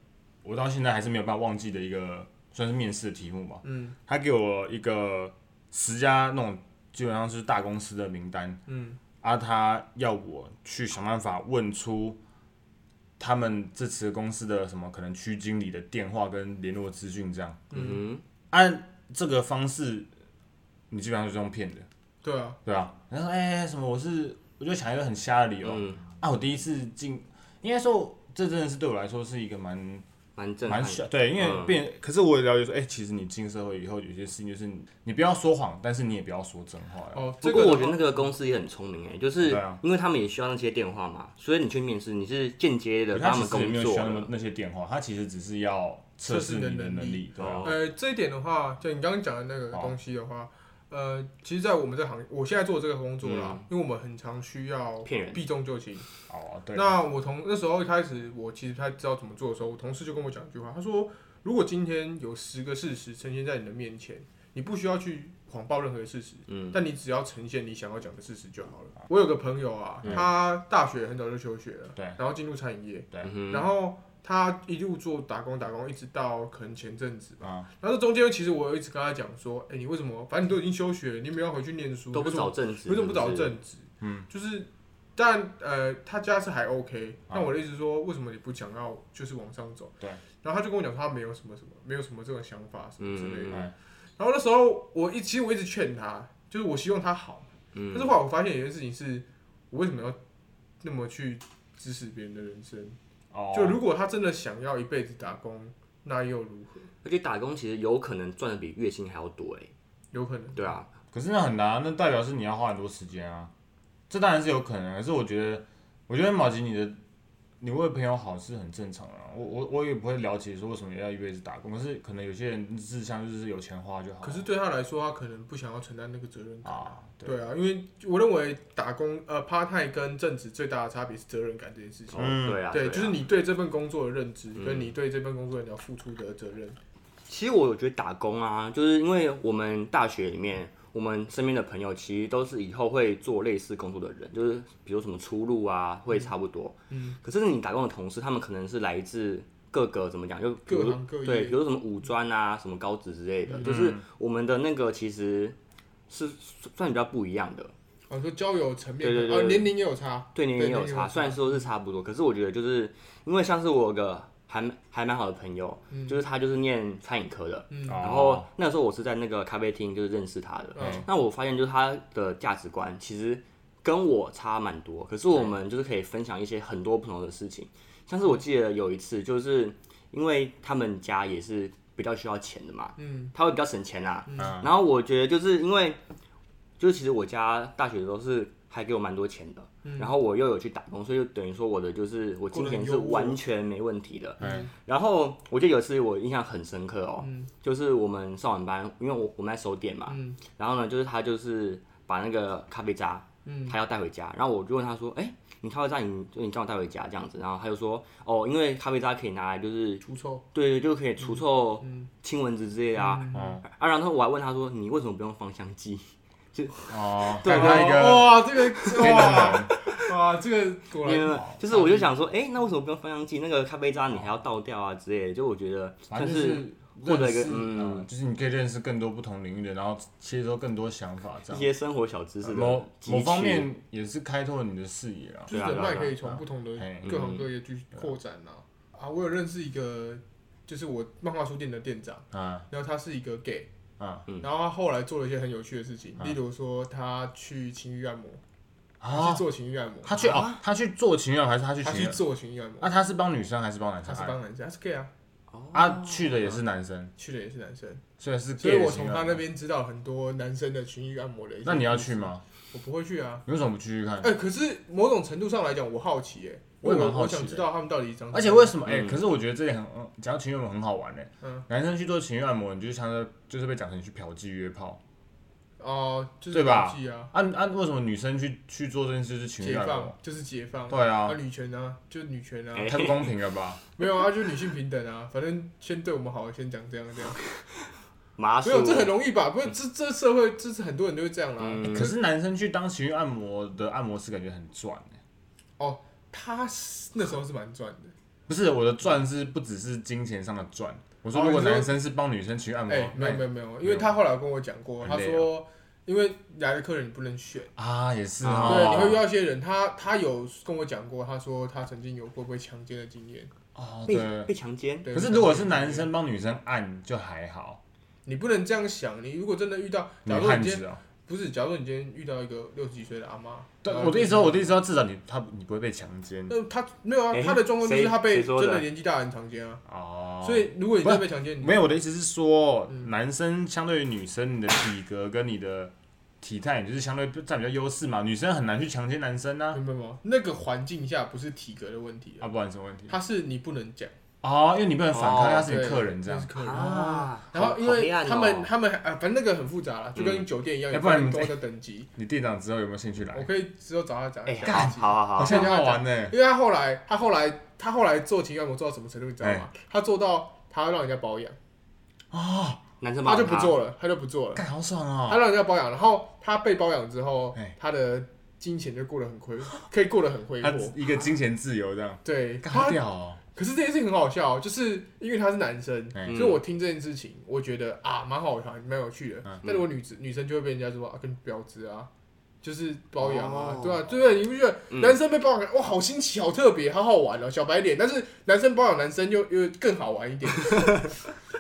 [SPEAKER 1] 我到现在还是没有办法忘记的一个，算是面试的题目吧。
[SPEAKER 2] 嗯，
[SPEAKER 1] 他给我一个十家那种基本上是大公司的名单，
[SPEAKER 2] 嗯，
[SPEAKER 1] 啊，他要我去想办法问出他们这次公司的什么可能区经理的电话跟联络资讯这样。
[SPEAKER 3] 哼，嗯
[SPEAKER 1] 按这个方式，你基本上就是用骗的，
[SPEAKER 2] 对啊，
[SPEAKER 1] 对吧？然后哎、什么我是，我就想一个很瞎的理
[SPEAKER 3] 哼，
[SPEAKER 1] 由、
[SPEAKER 3] 嗯，
[SPEAKER 1] 啊，我第一次进，应该说这真的是对我来说是一个蛮。
[SPEAKER 3] 蛮震撼
[SPEAKER 1] 蛮
[SPEAKER 3] 的。
[SPEAKER 1] 小，对，因为
[SPEAKER 3] 嗯
[SPEAKER 1] 变，可是我也了解说，哎、其实你进社会以后，有些事情就是你你不要说谎，但是你也不要说真话了。
[SPEAKER 2] 哦，
[SPEAKER 3] 不
[SPEAKER 2] 这
[SPEAKER 3] 过
[SPEAKER 2] 个
[SPEAKER 3] 我觉得那个公司也很聪明哎，就是
[SPEAKER 1] 对啊
[SPEAKER 3] 因为他们也需要那些电话嘛，所以你去面试，你是间接的
[SPEAKER 1] 他
[SPEAKER 3] 帮他
[SPEAKER 1] 其
[SPEAKER 3] 们
[SPEAKER 1] 实也没
[SPEAKER 3] 工
[SPEAKER 1] 有需
[SPEAKER 3] 作
[SPEAKER 1] 要那么
[SPEAKER 3] 了。
[SPEAKER 1] 那些电话，他其实只是要测试你的
[SPEAKER 2] 测试你的能
[SPEAKER 1] 能力
[SPEAKER 2] 力，
[SPEAKER 1] 对啊
[SPEAKER 3] 哦
[SPEAKER 2] 呃，这一点的话，就你刚刚讲的那个
[SPEAKER 1] 好
[SPEAKER 2] 东西的话，呃，其实，在我们这行，我现在做这个工作啦，因为我们很常需要
[SPEAKER 3] 嗯骗人
[SPEAKER 2] 避重就轻。
[SPEAKER 1] 哦，对，
[SPEAKER 2] 那我从那时候一开始，我其实他知道怎么做的时候，我同事就跟我讲一句话，他说：“如果今天有十个事实呈现在你的面前，你不需要去谎报任何事实，
[SPEAKER 3] 嗯
[SPEAKER 2] 但你只要呈现你想要讲的事实就好了。”我有个朋友啊，
[SPEAKER 3] 嗯
[SPEAKER 2] 他大学很早就休学了，
[SPEAKER 1] 对
[SPEAKER 2] 然后进入餐饮业，
[SPEAKER 1] 对
[SPEAKER 3] 嗯哼，
[SPEAKER 2] 然后他一路做打工打工，一直到可能前阵子吧。
[SPEAKER 1] 啊，
[SPEAKER 2] 然后这中间其实我有一直跟他讲说：“哎、你为什么？反正你都已经休学了，你没有回去念书，
[SPEAKER 3] 都不
[SPEAKER 2] 为什么
[SPEAKER 3] 找正职，
[SPEAKER 2] 为什么不找
[SPEAKER 3] 是是？
[SPEAKER 2] 正职？
[SPEAKER 1] 嗯，
[SPEAKER 2] 就是，但呃，他家是还 OK，
[SPEAKER 1] 啊
[SPEAKER 2] 那我的意思是说，为什么你不想要就是往上走？
[SPEAKER 1] 对。
[SPEAKER 2] 然后他就跟我讲说，他没有什么什么，没有什么这种想法什么之类
[SPEAKER 3] 嗯
[SPEAKER 2] 的。
[SPEAKER 1] 哎
[SPEAKER 2] 然后那时候我一其实我一直劝他，就是我希望他好，
[SPEAKER 3] 嗯
[SPEAKER 2] 但是后来我发现有一件事情是，我为什么要那么去指使别人的人生？
[SPEAKER 1] 哦，
[SPEAKER 2] 就如果他真的想要一辈子打工，那又如何？
[SPEAKER 3] 而且打工其实有可能赚的比月薪还要多哎。
[SPEAKER 2] 有可能。
[SPEAKER 3] 对啊，
[SPEAKER 1] 可是那很难啊，那代表是你要花很多时间啊，这当然是有可能，可是我觉得，我觉得马吉你的。你为朋友好是很正常的、啊，我我我也不会了解说为什么要一辈子打工，可是可能有些人志向就是有钱花就好了。
[SPEAKER 2] 可是对他来说，他可能不想要承担那个责任感。
[SPEAKER 3] 哦
[SPEAKER 1] 啊，对，
[SPEAKER 2] 对啊，因为我认为打工呃 part time 跟正职最大的差别是责任感这件事情。
[SPEAKER 1] 嗯
[SPEAKER 3] 哦对啊，
[SPEAKER 2] 对，
[SPEAKER 3] 啊
[SPEAKER 2] 就是你对这份工作的认知，
[SPEAKER 3] 嗯
[SPEAKER 2] 跟你对这份工作你要付出的责任。
[SPEAKER 3] 其实我觉得打工啊，就是因为我们大学里面，我们身边的朋友其实都是以后会做类似工作的人，就是比如什么出路啊，会差不多。
[SPEAKER 2] 嗯。
[SPEAKER 3] 可是你打工的同事，他们可能是来自各个怎么讲，就比如
[SPEAKER 2] 各行各业嗯
[SPEAKER 3] 对，比如什么五专啊，什么高职之类的，就是我们的那个其实是算比较不一样的。
[SPEAKER 2] 哦，说交友层面，
[SPEAKER 3] 对对对
[SPEAKER 2] 啊，
[SPEAKER 3] 对
[SPEAKER 2] 年龄也有差，
[SPEAKER 3] 对年龄有
[SPEAKER 2] 对年龄有
[SPEAKER 3] 差，
[SPEAKER 2] 差
[SPEAKER 3] 虽然说是差不多，可是我觉得就是因为像是我有个还还蛮好的朋友，就是他就是念餐饮科的，
[SPEAKER 1] 哦
[SPEAKER 2] 嗯
[SPEAKER 3] 然后那时候我是在那个咖啡厅就是认识他的，
[SPEAKER 2] 嗯
[SPEAKER 3] 那我发现就是他的价值观其实跟我差蛮多，可是我们就是可以分享一些很多不同的事情，像是我记得有一次就是因为他们家也是比较需要钱的嘛，
[SPEAKER 2] 嗯，
[SPEAKER 3] 他会比较省钱啦、
[SPEAKER 1] 嗯
[SPEAKER 3] 然后我觉得就是因为，就是其实我家大学的时候是还给我蛮多钱的，
[SPEAKER 1] 嗯
[SPEAKER 3] 然后我又有去打工，所以就等于说我的就是我金钱是完全没问题的。
[SPEAKER 1] 嗯
[SPEAKER 3] 然后我记得有一次我印象很深刻哦，
[SPEAKER 2] 嗯
[SPEAKER 3] 就是我们上晚班，因为我我们在收店嘛，
[SPEAKER 2] 嗯
[SPEAKER 3] 然后呢就是他就是把那个咖啡渣
[SPEAKER 2] 嗯
[SPEAKER 3] 他要带回家，然后我就问他说，哎、你咖啡渣你你叫我带回家这样子，然后他就说，哦，因为咖啡渣可以拿来就是
[SPEAKER 2] 除臭，
[SPEAKER 3] 对，就可以除臭
[SPEAKER 2] 嗯
[SPEAKER 3] 青蚊子之类的啊。
[SPEAKER 1] 嗯
[SPEAKER 3] 啊，然后我还问他说，你为什么不用芳香剂？
[SPEAKER 1] 哦，
[SPEAKER 3] 对
[SPEAKER 1] 给他一个
[SPEAKER 2] 哇，这个
[SPEAKER 1] 天然
[SPEAKER 2] 哇
[SPEAKER 1] 人
[SPEAKER 2] 哇，这个果
[SPEAKER 3] 没有没
[SPEAKER 2] 然
[SPEAKER 3] 有，就是我就想说，哎、那为什么不用芳香剂？那个咖啡渣你还要倒掉啊之类的。就我觉得，
[SPEAKER 1] 反
[SPEAKER 3] 但
[SPEAKER 1] 正就是是
[SPEAKER 3] 获得一个
[SPEAKER 1] 认识
[SPEAKER 3] 嗯
[SPEAKER 1] 就是你可以认识更多不同领域的，然后吸收更多想法，这
[SPEAKER 3] 一
[SPEAKER 1] 样
[SPEAKER 3] 些生活小知识的
[SPEAKER 1] 某
[SPEAKER 3] 汲取
[SPEAKER 1] 某方，面也是开拓你的视野啊。
[SPEAKER 2] 就是人脉可以从不同
[SPEAKER 1] 对
[SPEAKER 2] 的
[SPEAKER 1] 啊
[SPEAKER 3] 对啊
[SPEAKER 2] 各行各业去扩展啊。啊，我有认识一个，就是我漫画书店的店长，
[SPEAKER 1] 啊
[SPEAKER 2] 然后他是一个 gay，
[SPEAKER 1] 啊
[SPEAKER 3] 嗯
[SPEAKER 2] 然后他后来做了一些很有趣的事情，
[SPEAKER 1] 啊
[SPEAKER 2] 例如说他去情欲按摩，他
[SPEAKER 1] 啊
[SPEAKER 2] 去，做情欲按摩，
[SPEAKER 1] 他去哦，他去做情愿还是他去
[SPEAKER 2] 他
[SPEAKER 1] 情
[SPEAKER 2] 去
[SPEAKER 1] 愿？啊
[SPEAKER 2] 做情欲按摩，
[SPEAKER 1] 那他是帮女生还是帮男生
[SPEAKER 2] 他是
[SPEAKER 1] 按？
[SPEAKER 2] 帮男生，他是 gay 啊，
[SPEAKER 1] 啊，去的也是男生，
[SPEAKER 2] 去的也是男生，
[SPEAKER 1] 所以是 gay
[SPEAKER 2] 所以
[SPEAKER 1] 的
[SPEAKER 2] 我
[SPEAKER 1] 情
[SPEAKER 2] 从
[SPEAKER 1] 愿啊
[SPEAKER 2] 他那。边知道很多男生的情欲按摩的一些。
[SPEAKER 1] 那你要去？吗？
[SPEAKER 2] 我不会去啊。
[SPEAKER 1] 你为什么不去去看？
[SPEAKER 2] 哎、可是某种程度上来讲，我好奇哎、
[SPEAKER 1] 我也蛮
[SPEAKER 2] 我
[SPEAKER 1] 好奇的
[SPEAKER 2] 想知道他们到底长什么样。
[SPEAKER 1] 而且为什么？哎、
[SPEAKER 3] 嗯
[SPEAKER 1] 可是我觉得这点很，嗯讲到情欲按摩很好玩哎、
[SPEAKER 2] 嗯
[SPEAKER 1] 男生去做情欲按摩，你就是像是就是被讲成去嫖妓约炮
[SPEAKER 2] 哦、就是
[SPEAKER 1] 对吧
[SPEAKER 2] 嫖妓啊，
[SPEAKER 1] 啊啊！为什么女生去去做这件事是情欲
[SPEAKER 2] 解
[SPEAKER 1] 按
[SPEAKER 2] 放
[SPEAKER 1] 摩？
[SPEAKER 2] 就是解放。
[SPEAKER 1] 对啊
[SPEAKER 2] 啊，，女权啊，就是女权啊，
[SPEAKER 3] 哎
[SPEAKER 1] 太不公平了 吧？
[SPEAKER 2] 没有啊，就是女性平等啊。反正先对我们好，先讲这样这
[SPEAKER 1] 啊
[SPEAKER 2] 样。
[SPEAKER 3] 麻
[SPEAKER 2] 没
[SPEAKER 3] 术
[SPEAKER 2] 有，这很容易吧？不
[SPEAKER 1] 嗯
[SPEAKER 2] 是，这这社会，这是很多人都会这样啦。
[SPEAKER 3] 嗯
[SPEAKER 1] 可是男生去当情欲按摩的按摩师，感觉很赚、欸、
[SPEAKER 2] 他是那时候是蛮赚的。
[SPEAKER 1] 不是我的赚是不只是金钱上的赚。我说
[SPEAKER 2] 哦
[SPEAKER 1] 如果
[SPEAKER 2] 你说
[SPEAKER 1] 男生是帮女生情欲按摩，
[SPEAKER 2] 哎、没有
[SPEAKER 1] 那
[SPEAKER 2] 没有没有，因为他后来跟我讲过，
[SPEAKER 1] 嗯很
[SPEAKER 2] 他
[SPEAKER 1] 累啊
[SPEAKER 2] 说，因为来的客人你不能选。
[SPEAKER 1] 啊也是
[SPEAKER 3] 啊
[SPEAKER 2] 对，你会
[SPEAKER 1] 哦，
[SPEAKER 2] 遇到一些人，他他有跟我讲过，他说他曾经有过被强奸的经验。
[SPEAKER 1] 哦
[SPEAKER 3] 被
[SPEAKER 1] 对。
[SPEAKER 3] 被强奸，
[SPEAKER 2] 对，
[SPEAKER 1] 可是如果是男，生帮女生按就还好，
[SPEAKER 2] 你不能这样想。你如果真的遇到，
[SPEAKER 1] 女
[SPEAKER 2] 假如
[SPEAKER 1] 汉
[SPEAKER 2] 你今天
[SPEAKER 1] 子哦。
[SPEAKER 2] 不是，假如你今天遇到一个六十几岁的阿妈，
[SPEAKER 1] 对，
[SPEAKER 2] 然后
[SPEAKER 1] 我的意思说，我的意思说，至少你他你不会被强奸
[SPEAKER 2] 那他没有啊
[SPEAKER 3] 哎，
[SPEAKER 2] 他的状况就是
[SPEAKER 3] 谁
[SPEAKER 2] 他被
[SPEAKER 3] 谁说的
[SPEAKER 2] 真的年纪大的人强奸啊。
[SPEAKER 1] 哦。
[SPEAKER 2] 所以如果你
[SPEAKER 1] 不
[SPEAKER 2] 真
[SPEAKER 1] 是
[SPEAKER 2] 的被强奸，你
[SPEAKER 1] 没有，我的意思是说，
[SPEAKER 2] 嗯
[SPEAKER 1] 男生相对于女生，你的体格跟你的体态，你就是相对占比较优势嘛。女生很难去强奸男生呢、
[SPEAKER 2] 明白吗？那个环境下不是体格的问题
[SPEAKER 1] 啊，
[SPEAKER 2] 啊，
[SPEAKER 1] 不然什么问题？
[SPEAKER 2] 他是你不能讲，
[SPEAKER 1] 哦，因为你不能反
[SPEAKER 3] 哦
[SPEAKER 1] 抗，他是你
[SPEAKER 2] 对
[SPEAKER 1] 客人这样
[SPEAKER 2] 那是。客人
[SPEAKER 3] 啊
[SPEAKER 2] 然后因为
[SPEAKER 3] 好好黑暗哦
[SPEAKER 2] 他们他们还啊，反正那个很复杂了，就跟酒店一样，
[SPEAKER 1] 哎
[SPEAKER 2] 有
[SPEAKER 1] 不然
[SPEAKER 2] 很
[SPEAKER 1] 你哎
[SPEAKER 2] 多的等级。
[SPEAKER 1] 你店长之后有没有兴趣
[SPEAKER 2] 我
[SPEAKER 1] 来？
[SPEAKER 2] 可以之后找他讲
[SPEAKER 3] 哎
[SPEAKER 2] 一，下。
[SPEAKER 3] 好好
[SPEAKER 2] 哦
[SPEAKER 3] 好
[SPEAKER 1] 好
[SPEAKER 3] 好，
[SPEAKER 1] 像很好玩呢。
[SPEAKER 2] 因为他后来，他后来，他后来做情感按摩做到什么程度，你知道吗？
[SPEAKER 1] 哎
[SPEAKER 2] 他做到他要让人家包养，
[SPEAKER 3] 男生
[SPEAKER 2] 他
[SPEAKER 3] 帮
[SPEAKER 2] 就不，做了，他就不做了，
[SPEAKER 1] 干好爽
[SPEAKER 2] 他
[SPEAKER 1] 哦！
[SPEAKER 2] 让人家包养，然后他被包养之后
[SPEAKER 1] 哎，
[SPEAKER 2] 他的金钱就过得很亏， 可以过得很挥
[SPEAKER 1] 他
[SPEAKER 2] 霍。
[SPEAKER 1] 一个金钱自由这样，
[SPEAKER 2] 对，
[SPEAKER 1] 干好
[SPEAKER 2] 他
[SPEAKER 1] 屌哦！
[SPEAKER 2] 可是这件事情很好笑，就是因为他是男生，
[SPEAKER 1] 哎
[SPEAKER 3] 嗯
[SPEAKER 2] 所以我听这件事情，我觉得啊蛮好玩，蛮有趣的
[SPEAKER 1] 嗯。
[SPEAKER 2] 但如果女子女生就会被人家说啊跟婊子啊，就是包养啊
[SPEAKER 3] 哦，
[SPEAKER 2] 对啊，对不对？你不觉得
[SPEAKER 3] 嗯
[SPEAKER 2] 男生被包养，哇，好新奇，好特别，好好玩哦，小白脸。但是男生包养男生又又更好玩一 点，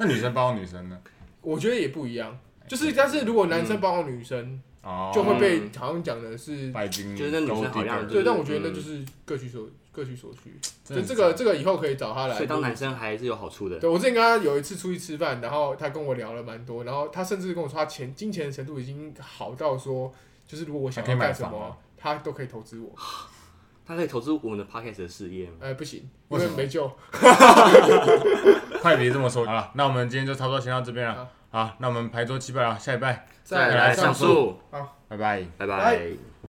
[SPEAKER 1] 那女生包女生呢？
[SPEAKER 2] 我觉得也不一样。就是，但是如果男生包养女生，
[SPEAKER 1] 哦，
[SPEAKER 2] 就会被
[SPEAKER 3] 嗯
[SPEAKER 2] 好像讲的是，
[SPEAKER 1] 拜金，
[SPEAKER 3] 就是那女生好像
[SPEAKER 2] 对，
[SPEAKER 3] 就是
[SPEAKER 2] 但我觉得那
[SPEAKER 3] 嗯
[SPEAKER 2] 就是各取所各取所需。
[SPEAKER 1] 真
[SPEAKER 2] 就
[SPEAKER 1] 的
[SPEAKER 2] 这个这个以后可以找他来
[SPEAKER 3] 所以
[SPEAKER 2] 录。
[SPEAKER 3] 当男生还是有好处的。
[SPEAKER 2] 对我之前跟他有一次出去吃饭，然后他跟我聊了蛮多，然后他甚至跟我说他钱金钱的程度已经好到说，就是如果我想
[SPEAKER 1] 还可以
[SPEAKER 2] 要
[SPEAKER 1] 买
[SPEAKER 2] 干什
[SPEAKER 1] 房
[SPEAKER 2] 么
[SPEAKER 1] 吗，
[SPEAKER 2] 他都可以投资我。
[SPEAKER 3] 他可以投资我们的 podcast 的事业吗？
[SPEAKER 2] 呃，不行，因
[SPEAKER 1] 为
[SPEAKER 2] 为
[SPEAKER 1] 什么
[SPEAKER 2] 没救。
[SPEAKER 1] 快别这么说。好了，那我们今天就差不多先到这边了。好，那我们牌桌七拜啊，下一拜，
[SPEAKER 2] 再
[SPEAKER 1] 来上
[SPEAKER 2] 上
[SPEAKER 1] 诉
[SPEAKER 3] 诉，
[SPEAKER 1] 拜拜。
[SPEAKER 3] 拜
[SPEAKER 2] 拜
[SPEAKER 3] 拜。